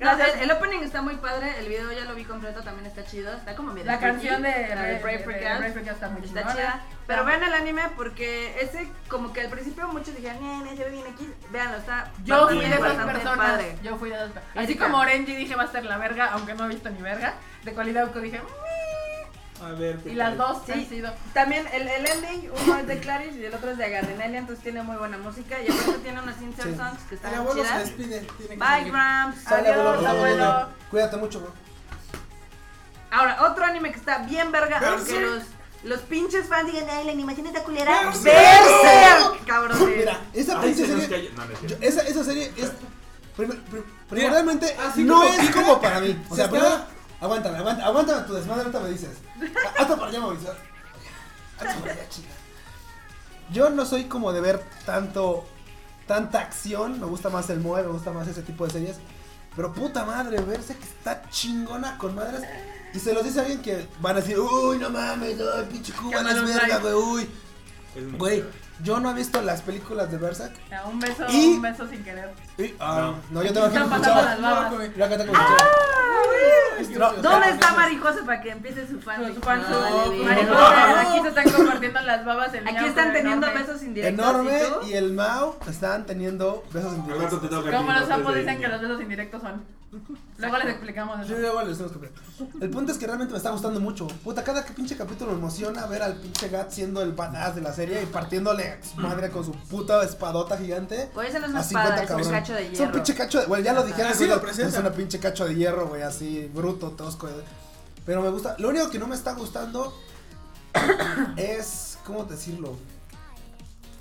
No,
Gracias.
el, el opening está muy padre, el video ya lo vi completo, también está chido, está como medio
La
freaky,
canción de,
la de Brave for Girls,
Brave for Girls está muy
Está
chingona.
chida, pero
Ah.
vean el anime porque ese como que al principio muchos dijeron, "Eh, "Nene, se ve bien aquí", véanlo, está
Yo fui de
bastante,
esas
bastante
personas.
padre.
Yo fui de esas personas.
Así
Así
que-
como Orenji dije va a ser la verga, aunque no he visto ni verga. De calidad dije,
A ver. ¿qué
"Mm", y
tal?
las dos
Sí.
han sido.
También el, el ending, uno es de Clarice y el otro es de Agardinelia, entonces tiene muy buena música y aparte tiene unas insert
Sí.
songs que
el
Ah,
están
abuelo se
chidas.
despide. Tiene que
Bye
salir.
Gramps.
Sale,
Adiós,
abuelo,
abuelo.
abuelo. Cuídate mucho, bro.
Ahora, otro anime que está bien verga,
Berserk.
aunque los, los pinches fans digan, ay, la animación está culera.
Berserk.
¡Berserk! Cabrón.
Mira, esa
Ay,
pinche
se nos
serie.
cayó- No, no es
yo-
cierto.
esa, esa serie es. prim- prim-
Mira,
Primeramente,
así
no
como
es
pica,
como para mí. O
se
sea,
está-
primero. Aguántame, aguántame, aguántame tu desmadre, ahorita me dices. A- Hasta para allá, Mauricio. Hasta para allá, chica. Yo no soy como de ver tanto. Tanta acción. Me gusta más el MOE, me gusta más ese tipo de series. Pero puta madre, verse que está chingona con madres. Y se los dice a alguien que van a decir, uy, no mames, no, pinche Cuba, no es
Cameron
verga,
Drive.
güey, uy.
Es muy
Güey,
chévere.
yo no he visto las películas de Berserk.
O sea, un beso,
Y-
un beso sin querer.
Y, ah, no. yo tengo aquí
Están
mi
pasando
cuchara.
las babas. Ah,
Yo acá tengo mi cuchara. No,
¿Dónde está Marijosa para que empiece su fan? Ah,
Su fan, su-
Dale,
mariposa,
dale.
aquí se están compartiendo las babas. el
Aquí
ñauco
están teniendo
enorme.
besos indirectos.
Enorme
¿y tú?
y el Mao están teniendo besos
Al rato
indirectos.
te toca a ti,
Como los
entonces,
sapos
de
dicen que
niño.
los besos indirectos son. Luego les explicamos
Yo
eso.
luego les tengo que ver. El punto es que realmente me está gustando mucho. Puta, cada que pinche capítulo me emociona ver al pinche Gat siendo el badass de la serie y partiéndole a su madre con su puta espadota gigante.
Pues esa no es una
A
espada,
50
es un
cabrón.
cacho de
Es un
hierro.
pinche cacho de. Bueno, ya lo dijeron.
Así
güey,
lo presentan.
Es una pinche cacho de hierro, güey, así, bruto, tosco. eh. Pero me gusta. Lo único que no me está gustando es. ¿Cómo decirlo?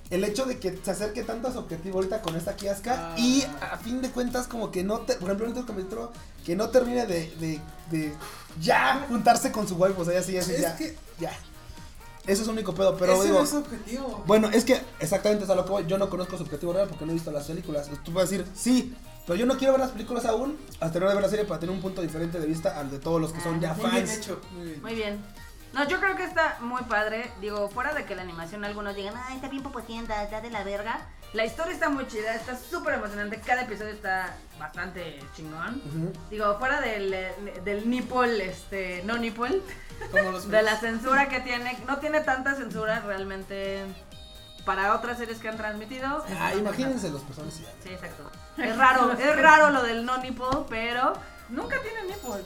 El hecho de que se acerque tanto a su objetivo ahorita con esta kiasca
Ah.
y a fin de cuentas como que no, te, por ejemplo, en otro capítulo que no termine de, de, de ya juntarse con su wife, o sea, ya sí, ya sí,
Es
ya,
que-
ya. Eso es lo único pedo, pero
Ese
digo,
no es objetivo.
bueno, es que exactamente es a lo que voy. Yo no conozco su objetivo real porque no he visto las películas. Tú puedes decir, sí, pero yo no quiero ver las películas aún hasta no ver la serie para tener un punto diferente de vista al de todos los que son ya
Ah, Muy bien
fans.
hecho. Muy bien.
Muy bien. No, yo creo que está muy padre. Digo, fuera de que la animación algunos digan, ay, está bien popocienta, está de la verga. La historia está muy chida, está súper emocionante. Cada episodio está bastante chingón.
Ujú.
Digo, fuera del, eh, del nipple, este, no nipple,
Como los
de la censura que tiene. No tiene tanta censura realmente para otras series que han transmitido.
Ah, imagínense los personajes. ya.
Sí, exacto. Es raro, es raro lo del no nipple, pero
Nunca tienen nipples.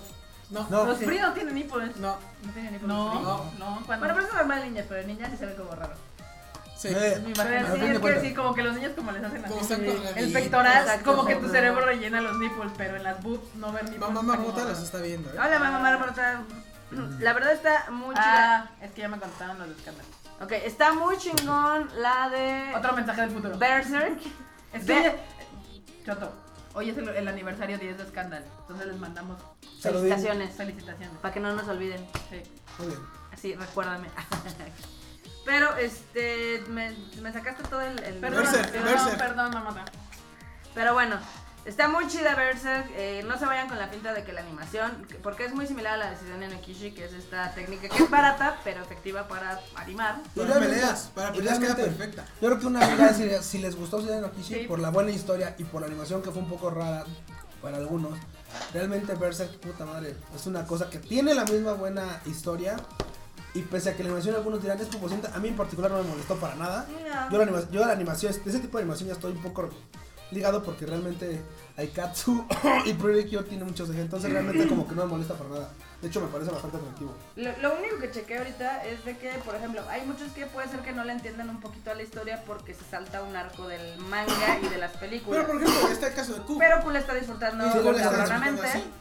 No,
No.
Los fríos no tienen nipples.
no.
No tienen nipples.
No.
No, no, cuando.
Bueno, pero es normal niñas, pero niñas sí se ven como raro.
Sí.
Eh,
Pero
Al
sí,
fin de
es que
cuentas.
sí, como que los niños como les hacen así.
Como están con la
el
vida.
pectoral,
Exacto,
como que tu
como-
cerebro rellena los nipples, pero en las boobs no ver nipples.
Mamá
está
Marmota
como-
los está viendo, ¿eh?
Hola, mamá Marmota.
Mm.
La verdad está muy chida.
Ah, es que ya me contaron los escándalos.
Ok, está muy chingón la de
Otro mensaje del futuro.
Berserk.
Es
Ve-
que. Choto. Hoy es el, el aniversario 10 de Scandal. Entonces les mandamos
Saludín.
Felicitaciones.
felicitaciones.
Para que no nos olviden.
Sí.
Muy bien.
Así, recuérdame. Pero, este, me, me sacaste todo el... el-
Perdón,
Berserk,
perdón,
Berserk.
perdón, mamá.
Pero bueno, está muy chida Berserk. eh, no se vayan con la pinta de que la animación, porque es muy similar a la de Sidonio no Kishi, que es esta técnica que es barata, pero efectiva para animar.
Para
realmente-
peleas, para
y
peleas queda
realmente-
perfecta.
Yo creo que una amiga, si, si les gustó Seinen no Kishi
Sí.
por la buena historia y por la animación que fue un poco rara para algunos, realmente Berserk, puta madre, es una cosa que tiene la misma buena historia. Y pese a que la animación algunos dirán es composición, a mí en particular no me molestó para nada. Yo la, anima- yo la animación, de ese tipo de animación ya estoy un poco ligado porque realmente Aikatsu y Project Cure tienen muchos ejes, entonces realmente como que no me molesta para nada. De hecho me parece bastante atractivo.
Lo, lo único que chequé ahorita es de que, por ejemplo, hay muchos que puede ser que no le entiendan un poquito a la historia porque se salta un arco del manga y de las películas.
Pero por ejemplo, está el caso de Q.
Pero Q la está disfrutando
Sí, yo la estoy
cabronamente.
disfrutando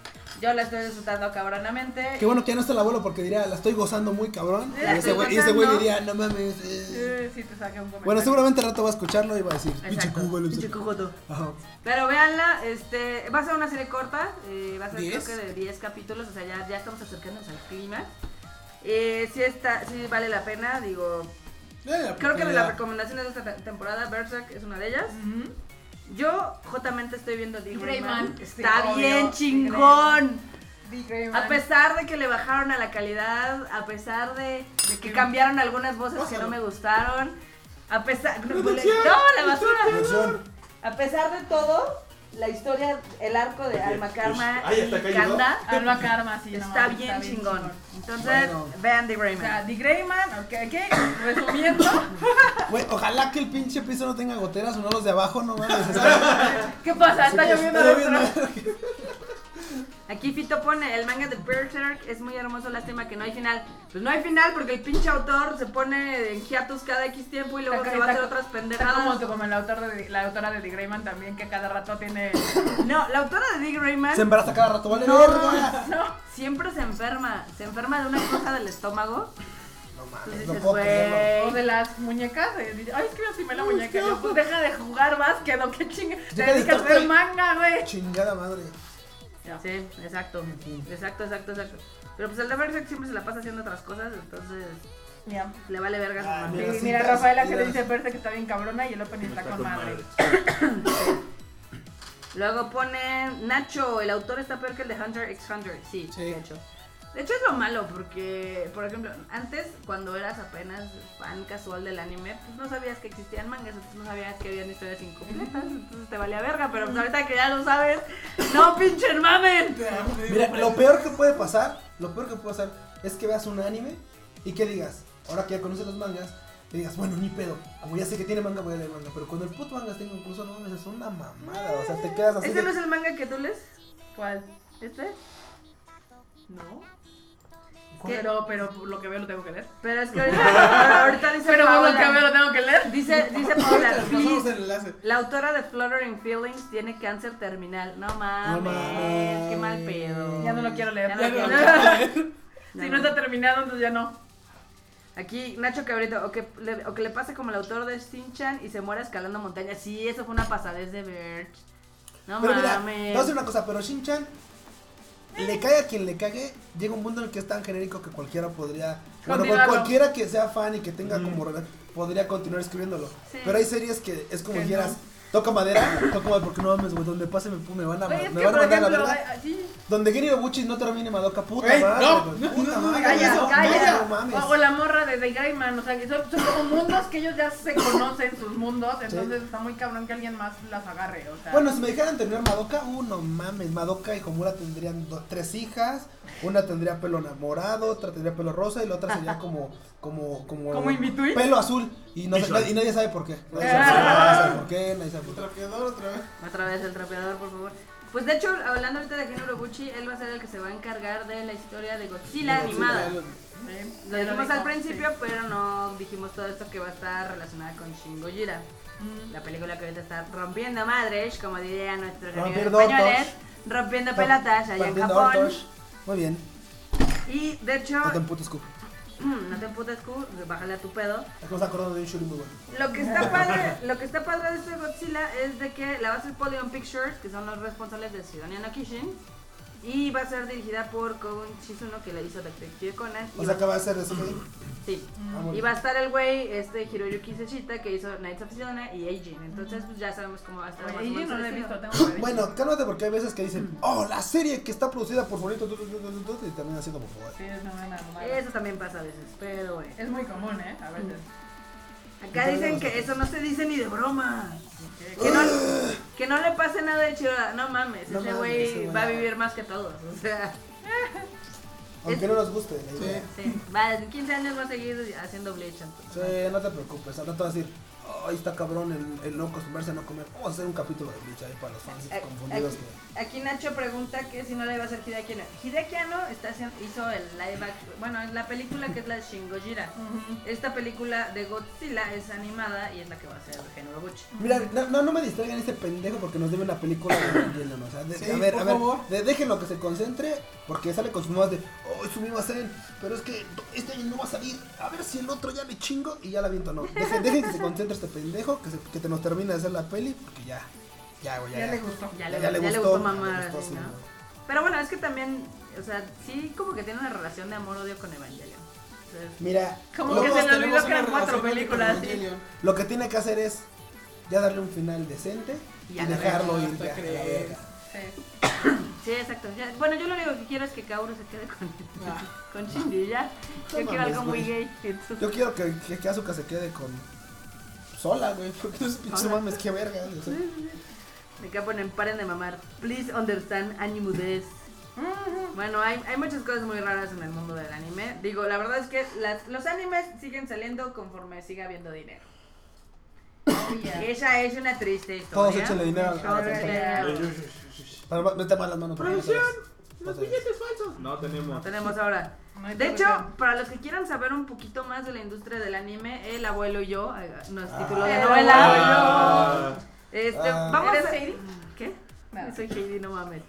Yo la estoy disfrutando cabronamente.
Qué bueno que ya no está el abuelo porque diría, la estoy gozando muy cabrón.
Sí, la
Y ese
estoy
güey y ese güey
gozando.
diría, no mames. eh".
Sí, sí te saqué un comentario.
Bueno, seguramente al rato va a escucharlo y va a decir, pinche
Exacto.
cubo, el
Pinche cojoto.
Ajá.
Pero véanla, este, va a ser una serie corta, eh, va a ser
¿Diez?
creo que de 10 capítulos, o sea, ya, ya estamos acercándonos al clima. Eh, sí, está, sí vale la pena, digo,
Dale la
creo que de
oportunidad.
las recomendaciones de esta te- temporada, Berserk es una de ellas.
Ujú.
Yo, jotamente, estoy viendo The Gray Man.
Greyman,
Está
sí,
bien
obvio,
chingón.
Dick Grayman.
A pesar de que le bajaron a la calidad, a pesar de, de que
que-
cambiaron algunas voces que no me gustaron, a pesar... No, la basura.
Producción.
A pesar de todo, la historia, el arco de
Oye,
Alma Karma
uy,
pues,
ay, hasta
y
cayó.
Kanda
Alba Karma, sí. no,
está bien chingón. Entonces,
Bueno.
vean The Grey
O
Man.
sea, The Greyman, ok, ok, resumiendo,
Güey, ojalá que el pinche piso no tenga goteras o no los de abajo, no mames. Está
¿qué pasa? Está lloviendo adentro.
Aquí Fito pone, el manga de Berserk es muy hermoso, lástima que no hay final. Pues no hay final porque el pinche autor se pone en hiatus cada X tiempo y luego
Está-
se va a hacer
está-
otras
Está como,
pendejadas.
como el autor de, la autora de The Greyman también, que cada rato tiene...
No, la autora de Dick Rayman
Se embaraza cada rato, vale
No.
verga.
No,
siempre se enferma. Se enferma de una cosa del estómago.
No
Entonces
mames, no
dices,
puedo creerlo.
o
güey.
de las muñecas. eh, dice, Ay, es que me lastimé la muñeca. Yo, pues deja de jugar básquet, o qué chinga. Te
Deja de
dedicas a
estar-
ver manga, güey.
Chingada madre.
Sí, exacto. Exacto, exacto, exacto. Pero pues el de Berserk siempre se la pasa haciendo otras cosas, entonces
Mira,
le vale verga su
Ah,
mamá.
y
Mira, sí,
mira
está-
Rafaela que
mira.
le dice Perse que está bien cabrona y el opening está, con madre.
Luego ponen Nacho, el autor está peor que el de Hunter x Hunter. Sí,
Sí.
de hecho. De hecho es lo malo porque, por ejemplo, antes cuando eras apenas fan casual del anime, pues no sabías que existían mangas, entonces no sabías que habían historias incompletas, entonces te valía verga, pero pues ahorita que ya lo sabes, no pinche mamen.
Mira, lo peor que puede pasar, lo peor que puede pasar es que veas un anime y que digas, ahora que ya conoces los mangas, que digas, bueno, ni pedo, como ya sé que tiene manga, voy a leer manga, pero cuando el puto manga está inconcluso, no mames, es una mamada, o sea, te quedas así
¿Este
de...
no es el manga que tú lees?
¿Cuál?
¿Este?
No.
¿Cuál?
Pero, pero por lo que veo lo tengo que leer.
Pero es que ahorita, ahorita dice
Pero por lo que veo
Paola,
lo tengo que leer.
dice, dice Paola,
Ahorita les pasamos
please,
el enlace.
La autora de Fluttering Feelings tiene cáncer terminal. No mames,
No mames.
qué mal pedo.
Ya no lo quiero leer.
Ya no
Ya
lo
no
quiero
lo
leer.
quiero leer.
No,
Si
no.
no está terminado, entonces ya no.
Aquí Nacho Cabrito, o que, le, o que le pase como el autor de Shin-Chan y se muera escalando montañas. Sí, eso fue una pasadez de Birch. No
Pero mira, te voy
mames.
a decir una cosa, pero Shin-Chan
Eh.
le cae a quien le cague, llega un mundo en el que es tan genérico que cualquiera podría, bueno, cual-
Continuarlo.
cualquiera que sea fan y que tenga como rela- podría continuar escribiéndolo.
Sí.
Pero hay series que es como
Que
quieras,
no.
toca madera, toca madera, porque no mames, güey, donde pase me, me van a,
Oye, es
me
que
van a
por
mandar a la
ejemplo,
verdad.
eh, sí,
Donde Gary Obuchi no termine Madoka, puta
Güey,
madre.
no,
güey,
no,
puta
no, no,
madre,
calla,
no,
calla.
No mames.
O, o la morra de The Greyman, o sea, que son, son como mundos que ellos ya se conocen, sus mundos, entonces está muy cabrón que alguien más las agarre, o sea.
Bueno, si me dejaran terminar Madoka, uh, no mames. Madoka y Komura tendrían do- tres hijas. Una tendría pelo enamorado, otra tendría pelo rosa y la otra sería como. Como, como,
¿Como in between?
Pelo azul. Y, no, sé-
Visual.
y nadie sabe por qué. Nadie sabe,
Ah.
nadie sabe por qué, nadie sabe por qué.
Trapeador otra vez.
Otra vez el trapeador, por favor. Pues de hecho, hablando ahorita de Ken Urobuchi, él va a ser el que se va a encargar de la historia de Godzilla animada.
sí,
Lo
ya
dijimos al
dijo,
principio,
sí.
pero no dijimos todo esto que va a estar relacionada con Shin Gojira. La película que ahorita está rompiendo madres, como dirían nuestros
Rompiendo
amigos españoles,
ortos.
rompiendo pelotas allá en
Partiendo
Japón.
ortos. Muy bien.
Y de hecho, mm,
No te emputes, Coop.
no te emputes, Q, bájale a tu pedo.
Aquí nos acordamos de un shooting muy bueno.
Lo que está padre, lo que está padre de este Godzilla es de que la va a hacer Polygon Pictures, que son los responsables de Sidonia no Kishin, y va a ser dirigida por Kogun Shizuno, que la hizo Detective Conan. y
O sea
va-
que va a ser ese güey.
sí.
Ah, muy
Y
bien.
va a estar el güey, este Hiroyuki Sechita, que hizo Knights of Sidonia y Eijin. Entonces, pues ya sabemos cómo va a estar. más o
Oye, yo
menos
no
el
lo he
estilo.
visto, tengo que ver.
Bueno, cálmate porque hay veces que dicen, oh, la serie que está producida por Bonito y termina siendo por favor.
Sí, es una normal.
Eso también pasa a veces, pero bueno.
Es muy común, ¿eh? A veces.
Acá dicen que eso no se dice ni de broma. Que no, que no le pase nada de Chiroda. Ah. No mames,
No
ese
mames,
güey
ese güey.
va a vivir más que todos. O sea,
Aunque no nos guste la idea.
sí. Va, en 15 años va a seguir haciendo bleach. entonces.
Sí, no te preocupes, al rato vas a decir, oh, ahí está cabrón el, el no acostumbrarse a no comer. Vamos a hacer un capítulo de lucha ahí para los fans
Eh,
confundidos.
aquí-
que-
Aquí Nacho pregunta que si no le iba a hacer Hideaki Anno. Hideaki Anno está haciendo, hizo el live action, bueno, es la película que es la de Shin Gojira. Esta película de Godzilla es animada y es la que va a ser de género Gucci.
Mira, no, no, no me distraigan este pendejo porque nos debe una película de Evangelion, o sea, de-
Sí,
a ver,
por
a ver,
favor.
de- déjenlo que se concentre porque sale con sus mamás de, oh, eso me va a hacer, pero es que este año no va a salir, a ver si el otro ya le chingo y ya la viento, no. Dejen, dejen que se concentre este pendejo, que, se- que te nos termine de hacer la peli porque ya, ya, güey, ya,
Ya
ya.
le gustó.
Ya le, ya le gustó mamá.
gustó, sí, güey.
Pero bueno, es que también, o sea, sí como que tiene una relación de amor-odio con Evangelion. Entonces,
Mira,
Como
lo-
que se le olvidó
tenemos
que eran
una
cuatro
relación con
películas. sí.
Evangelion.
Lo que tiene que hacer es ya darle un final decente y,
Y a la
dejarlo
verga,
ir
hasta
ya. a la
creer.
verga.
Sí.
sí, exacto. Ya- bueno, yo lo único que quiero es que Kaoru se quede con,
Ah.
con Shinji, ya. Yo quiero
No mames, pues.
algo muy
güey.
gay. entonces-
Yo quiero que, que, que Asuka se quede con sola, güey, porque no es pinche
Sola.
mames, qué verga. o sea.
Acá ponen, paren de mamar. Please understand anime des. Bueno, hay, hay muchas cosas muy raras en el mundo del anime. Digo, la verdad es que las- los animes siguen saliendo conforme siga habiendo dinero. Esa es una triste historia.
Todos échenle dinero a la
Todos
campaña.
échenle dinero.
Pero va- mete mal las manos. porque no se
Producción,
las- no
los
se las-
billetes falsos. No tenemos.
Tenemos ahora.
No hay
De hecho,
corrección.
para los que quieran saber un poquito más de la industria del anime, el abuelo y yo, eh,
Ah.
nos tituló de
El
novela.
Ah,
Este,
Ah.
vamos
¿Eres
a...
Heidi?
¿Qué?
Nada.
Soy Heidi, no mames.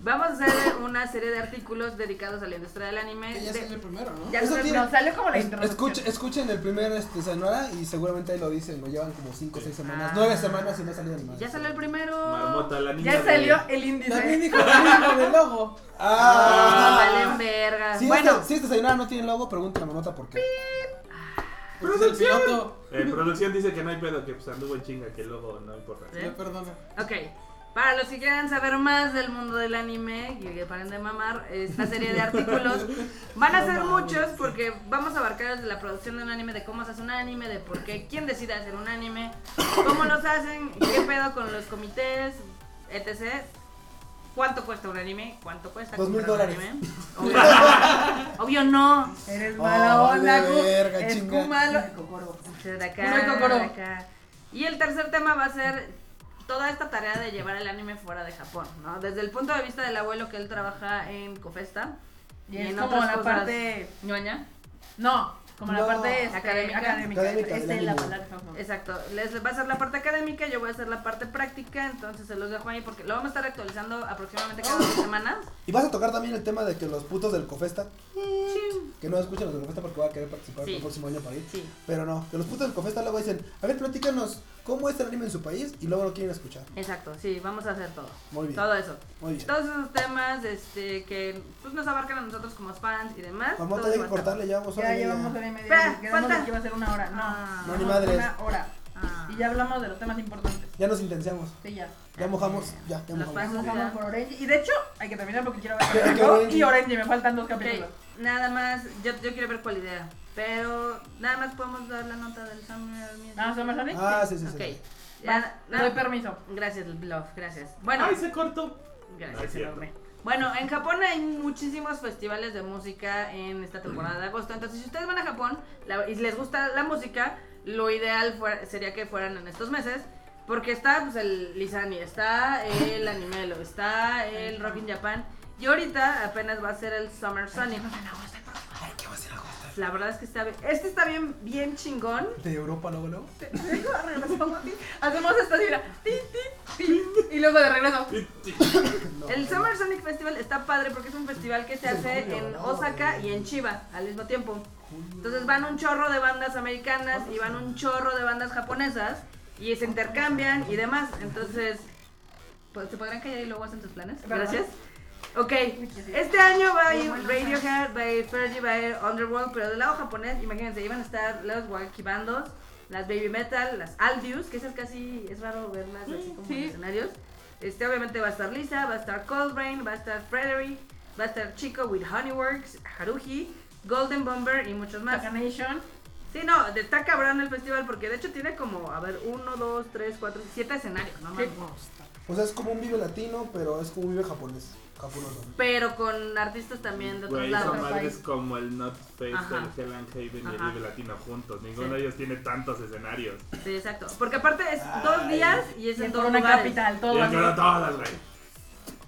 Vamos a hacer una serie de artículos dedicados a la industria del anime.
Que ya
de-
salió el primero, ¿no?
ya
Eso
nos-
tiene-
Nos salió como la
Es-
introducción.
escuchen- escuchen el primer este, Sayonara y seguramente ahí lo dicen, lo llevan como 5 o 6 semanas,
Ah.
9 semanas y no ha salido ni madre.
Ya salió el primero.
Marmota, la niña.
Ya
de-
salió el índice.
También dijo lo mismo del logo.
Ah,
Ah,
valen verga.
Si
bueno,
este, si este Sayonara no tiene logo, pregúntale a Monota por qué.
Porque es el piloto.
Eh, producción dice que no hay pedo, que pues anduvo en chinga, que el logo no importa.
¿Sí?
Me perdona.
ok. Para los que quieran saber más del mundo del anime, que, que paren de mamar, esta serie de artículos van a ser muchos porque vamos a abarcar desde la producción de un anime, de cómo se hace un anime, de por qué, quién decide hacer un anime, cómo los hacen, qué pedo con los comités, etc. ¿Cuánto cuesta un anime? ¿Cuánto cuesta
Dos mil
comprar un
dólares.
anime? Obvio, obvio no.
Eres
Oh,
mala
vale
onda, Gu.
verga,
Es
chinga.
Gu malo. Cocoro.
Sí, de acá,
Puro y cocoro.
de acá. Y el tercer tema va a ser toda esta tarea de llevar el anime fuera de Japón, ¿no? Desde el punto de vista del abuelo que él trabaja en Cofesta
Y es como la parte.
ñoña.
No, como la
No.
parte este,
Académica.
académica.
Académica del
Esta es la
anime.
palabra. por favor.
Exacto, les va a hacer la parte académica, yo voy a hacer la parte práctica, entonces se los dejo ahí porque lo vamos a estar actualizando aproximadamente cada dos semanas.
Y vas a tocar también el tema de que los putos del Cofesta, que no escuchan los del Cofesta porque van a querer participar
Sí.
el próximo año para ir,
Sí.
pero no, que los putos del Cofesta luego dicen, a ver, platícanos cómo es el anime en su país y luego lo quieren escuchar.
Exacto, sí, vamos a hacer todo.
Muy bien.
Todo eso.
Muy bien.
Todos esos temas este, que pues, nos abarcan a nosotros como fans y demás.
Vamos
todo
a
eso
que
va a estar-
cortarle, ya vamos
Ya
a
llevamos hora y media.
Espera,
nos quedamos
falta.
de que iba a ser una hora.
Ah.
No,
No, ni
Vamos,
madres.
Una hora.
Ah.
Y ya hablamos de los temas importantes.
Ya nos intensiamos,
Sí, ya.
ya mojamos, ya, ya
Los
mojamos.
fans-
Vamos,
Ya.
vamos por Orange. Y de hecho, hay que terminar porque quiero ver
Que- que
Dragon
Orange-
y Orange. Me faltan dos
Ok,
capítulos.
nada más, yo, yo quiero ver cuál idea, pero nada más podemos dar la nota del Summer Music.
¿Nada más, Amazon?
Ah, sí, sí, sí.
Ok, ya,
Ya,
nada-
doy permiso.
gracias, Love, gracias. Bueno,
Ay, se cortó. No es
gracias,
cierto.
enorme. Bueno, en Japón hay muchísimos festivales de música en esta temporada de agosto, entonces si ustedes van a Japón la- y les gusta la música, lo ideal fuera- sería que fueran en estos meses. Porque está pues, el Lisani, está el Animelo, está el Rock in Japan. Y ahorita apenas va a ser el Summer Sonic.
Ay, ¿qué va a ser agosto?
La verdad es que está bien. Este está bien, bien chingón.
¿De Europa luego, luego?
Hacemos esta así, mira. Tin, tin, tin,
Y luego de regreso.
No,
El Summer Sonic Festival está padre porque es un festival que se
Es en
hace
julio,
en
¿no?
Osaka y en Chiba al mismo tiempo. Entonces van un chorro de bandas americanas y van un chorro de bandas japonesas y se intercambian y demás. Entonces, pues, ¿se podrán callar y luego hacen tus planes? Gracias. Ok, este año va a ir Radiohead, va a ir Fergie, va a ir Underworld, pero del lado japonés, imagínense, iban a estar los Wakibandos, las Baby Metal, las Aldius, que esas casi es raro verlas
Mm,
así como en escenarios. Este, obviamente va a estar Lisa, va a estar Cold Rain, va a estar Frederick, va a estar Chico with Honeyworks, Haruhi, Golden Bomber y muchos más.
Nation.
Sí, no, de- está cabrón el festival porque de hecho tiene como, a ver, uno, dos, tres, cuatro, siete escenarios, no mames.
O sea, es como un vive latino, pero es como un vive japonés. Japonoso.
Pero con artistas también de otros
Güey,
lados.
son madres como el Not Face,
Ajá.
el Hell and Haven y el
Ajá.
Vive Latino juntos. Ninguno
Sí.
de ellos tiene tantos escenarios.
Sí, exacto. Porque aparte es dos días y es
Y en
en dos
Corona
lugares.
Capital,
Y
todo
han
así.
llorado todas, güey.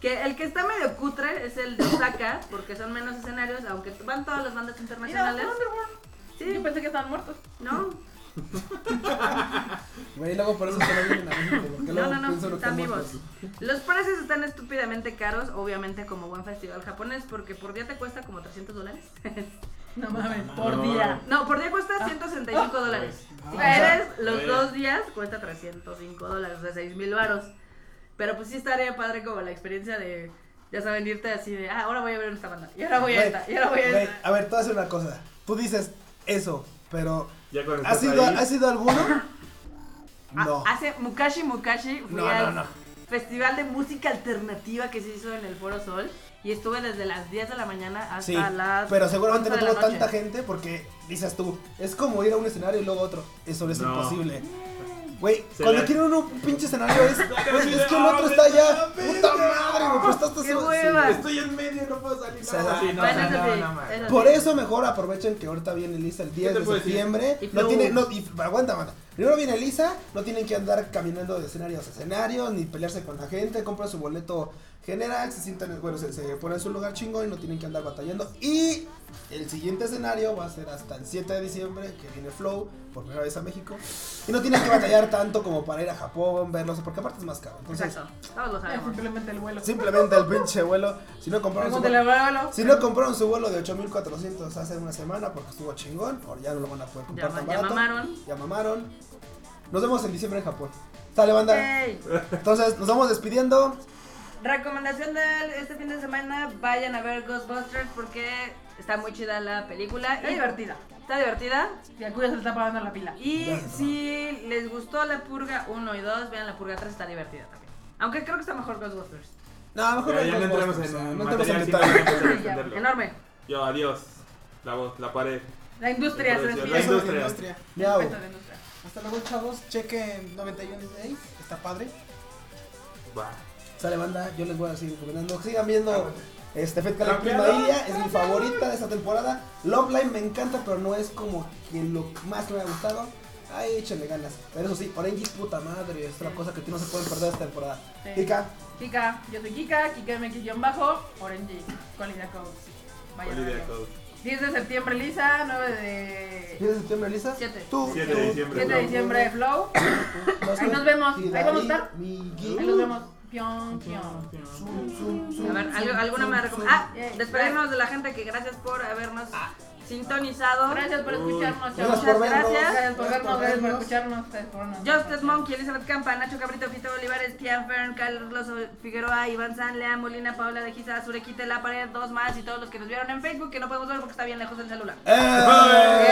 Que el que está medio cutre es el de Osaka, porque son menos escenarios, aunque van todas las bandas
Mira,
internacionales.
Underworld. Yo
Sí,
pensé que estaban muertos.
no,
Güey, luego por eso que no vienen a México. Porque
No,
luego
no, no,
piensan que
están
muertos.
vivos. Los precios están estúpidamente caros, obviamente como buen festival japonés, porque por día te cuesta como 300 dólares.
No mames, por
No.
día.
No, por día cuesta 165 dólares.
Ah,
Si
o sea,
eres los
eh.
dos días, cuesta 305 dólares, o sea, 6 mil varos. Pero pues sí estaría padre como la experiencia de, ya saben, irte así de, ah, ahora voy a ver esta banda, y ahora voy a
Güey,
esta, y ahora voy a
güey,
esta.
a ver, te voy a decir una cosa. Tú dices eso, pero
Ya cuando
¿has
estás
ido,
ahí,
¿has ido a alguno?
Ah,
No.
Hace Mukashi Mukashi fui
No, no,
al
no.
festival de música alternativa que se hizo en el Foro Sol y estuve desde las 10 de la mañana hasta
Sí,
las
pero seguramente
11
no
de
tuvo
la noche.
tanta gente porque dices tú, es como ir a un escenario y luego a otro. Eso es
No.
imposible. Güey,
Se
cuando
le-
quieren uno un pinche escenario es, güey, es que el
¡Ah,
otro
me
está allá.
está la
Puta
verga!
madre, güey, pero estás tú
¡Qué
solo.
hueva!
Sí.
Estoy en medio, no puedo salir.
Se da.
sí,
Bueno,
no,
eso
no,
sí,
no, madre.
eso sí.
Por eso mejor aprovechen que ahorita viene Lisa el 10
te
de
puedo decir?
septiembre.
Y
No
Flow.
tiene, no, y aguanta, aguanta. Primero viene Lisa, no tienen que andar caminando de escenarios a escenarios, ni pelearse con la gente, compran su boleto general, se sientan, bueno, se, se ponen en su lugar chingón y no tienen que andar batallando. Y el siguiente escenario va a ser hasta el 7 de diciembre, que viene Flow, por primera vez a México. Y no tienen que batallar tanto como para ir a Japón, verlos, porque aparte es más caro. Entonces,
Exacto, todos lo sabemos.
Simplemente el vuelo.
simplemente el pinche vuelo, si no compraron su
Pregúntale a Bárbaro.
si no compraron su vuelo de 8400 hace una semana porque estuvo chingón, ahora ya no lo van a poder
Ya,
comprar
ma-
tan
ya
barato.
mamaron.
Ya mamaron. Nos vemos en diciembre en Japón. Sale banda.
Yay.
Entonces, nos vamos despidiendo.
Recomendación de este fin de semana, vayan a ver Ghostbusters porque está muy chida la película.
Está divertida.
Está divertida.
Y a Cuya se le está pagando la pila.
Y
Vean,
si les gustó La Purga 1 y 2, vean La Purga 3, está divertida también. Aunque creo que está mejor Ghostbusters.
No, mejor
Ya, ya no
nos
entremos
vemos, o sea,
en
no entremos en
material, sí,
detalle.
no podemos entenderlo.
Enorme.
Yo, adiós. La voz, la pared.
La industria se
La
despide.
industria.
Eso de la industria.
Miau.
Respeto de la industria.
Hasta luego, chavos. Chequen 91 Days. Está padre.
Va.
Sale banda, yo les voy a seguir recomendando. Sigan
Ah,
viendo este Fed Cali
Campeador,
Primaria, es mi favorita de esta temporada. Love Line me encanta, pero no es como que lo más que me ha gustado. Ay, échenle ganas. Pero eso sí, Orange is puta madre, es otra cosa que tú no se pueden perder esta temporada.
Sí.
Kika,
Kika, yo soy Kika, Kika MX-bajo, Orange, Qualidad Codes. Vayan a
Olivia
verlo.
Coast.
10 de septiembre Lisa, 9 de...
10 de septiembre, Lisa.
Siete.
Tú,
Siete de diciembre,
7 de diciembre Flow. Ahí nos vemos, ahí vamos a estar. Ahí nos vemos. Pion, pion.
A ver, ¿algo- alguna más recomendación. Ah, despedimos de la gente que gracias por habernos sintonizado.
Ah. Gracias por
Uy.
escucharnos, chavos.
Gracias
Muchas
por vernos.
gracias.
Gracias por vernos, gracias por escucharnos. Ustedes por vernos.
Justice Monkey, Elizabeth Campa, Nacho Cabrito, Fito Olivares, Tian Fern, Carlos Figueroa, Iván San, Lea Molina, Paola de Giza, Surequite, La Pared, dos más y todos los que nos vieron en Facebook que no podemos ver porque está bien lejos del celular.
Eh.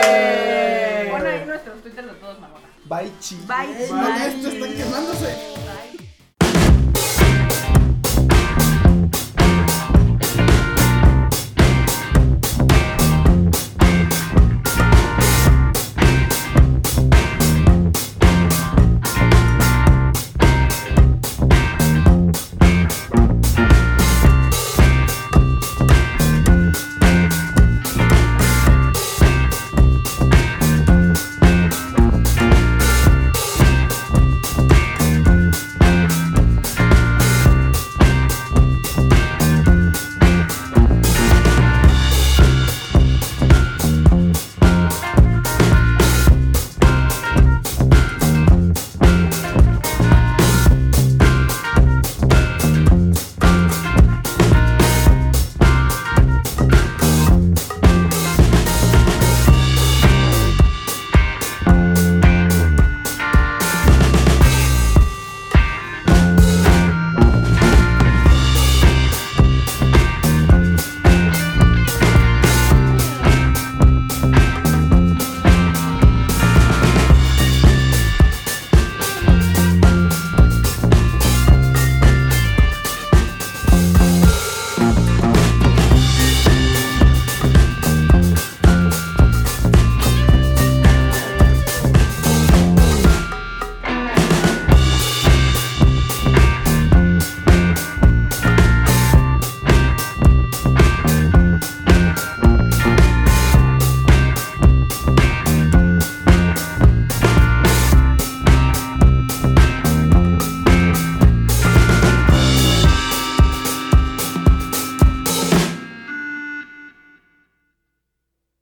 Eh. Pon ahí nuestros Twitter de todos, mamona.
Bye, chi.
Bye.
No, que esto está quemándose.
Bye.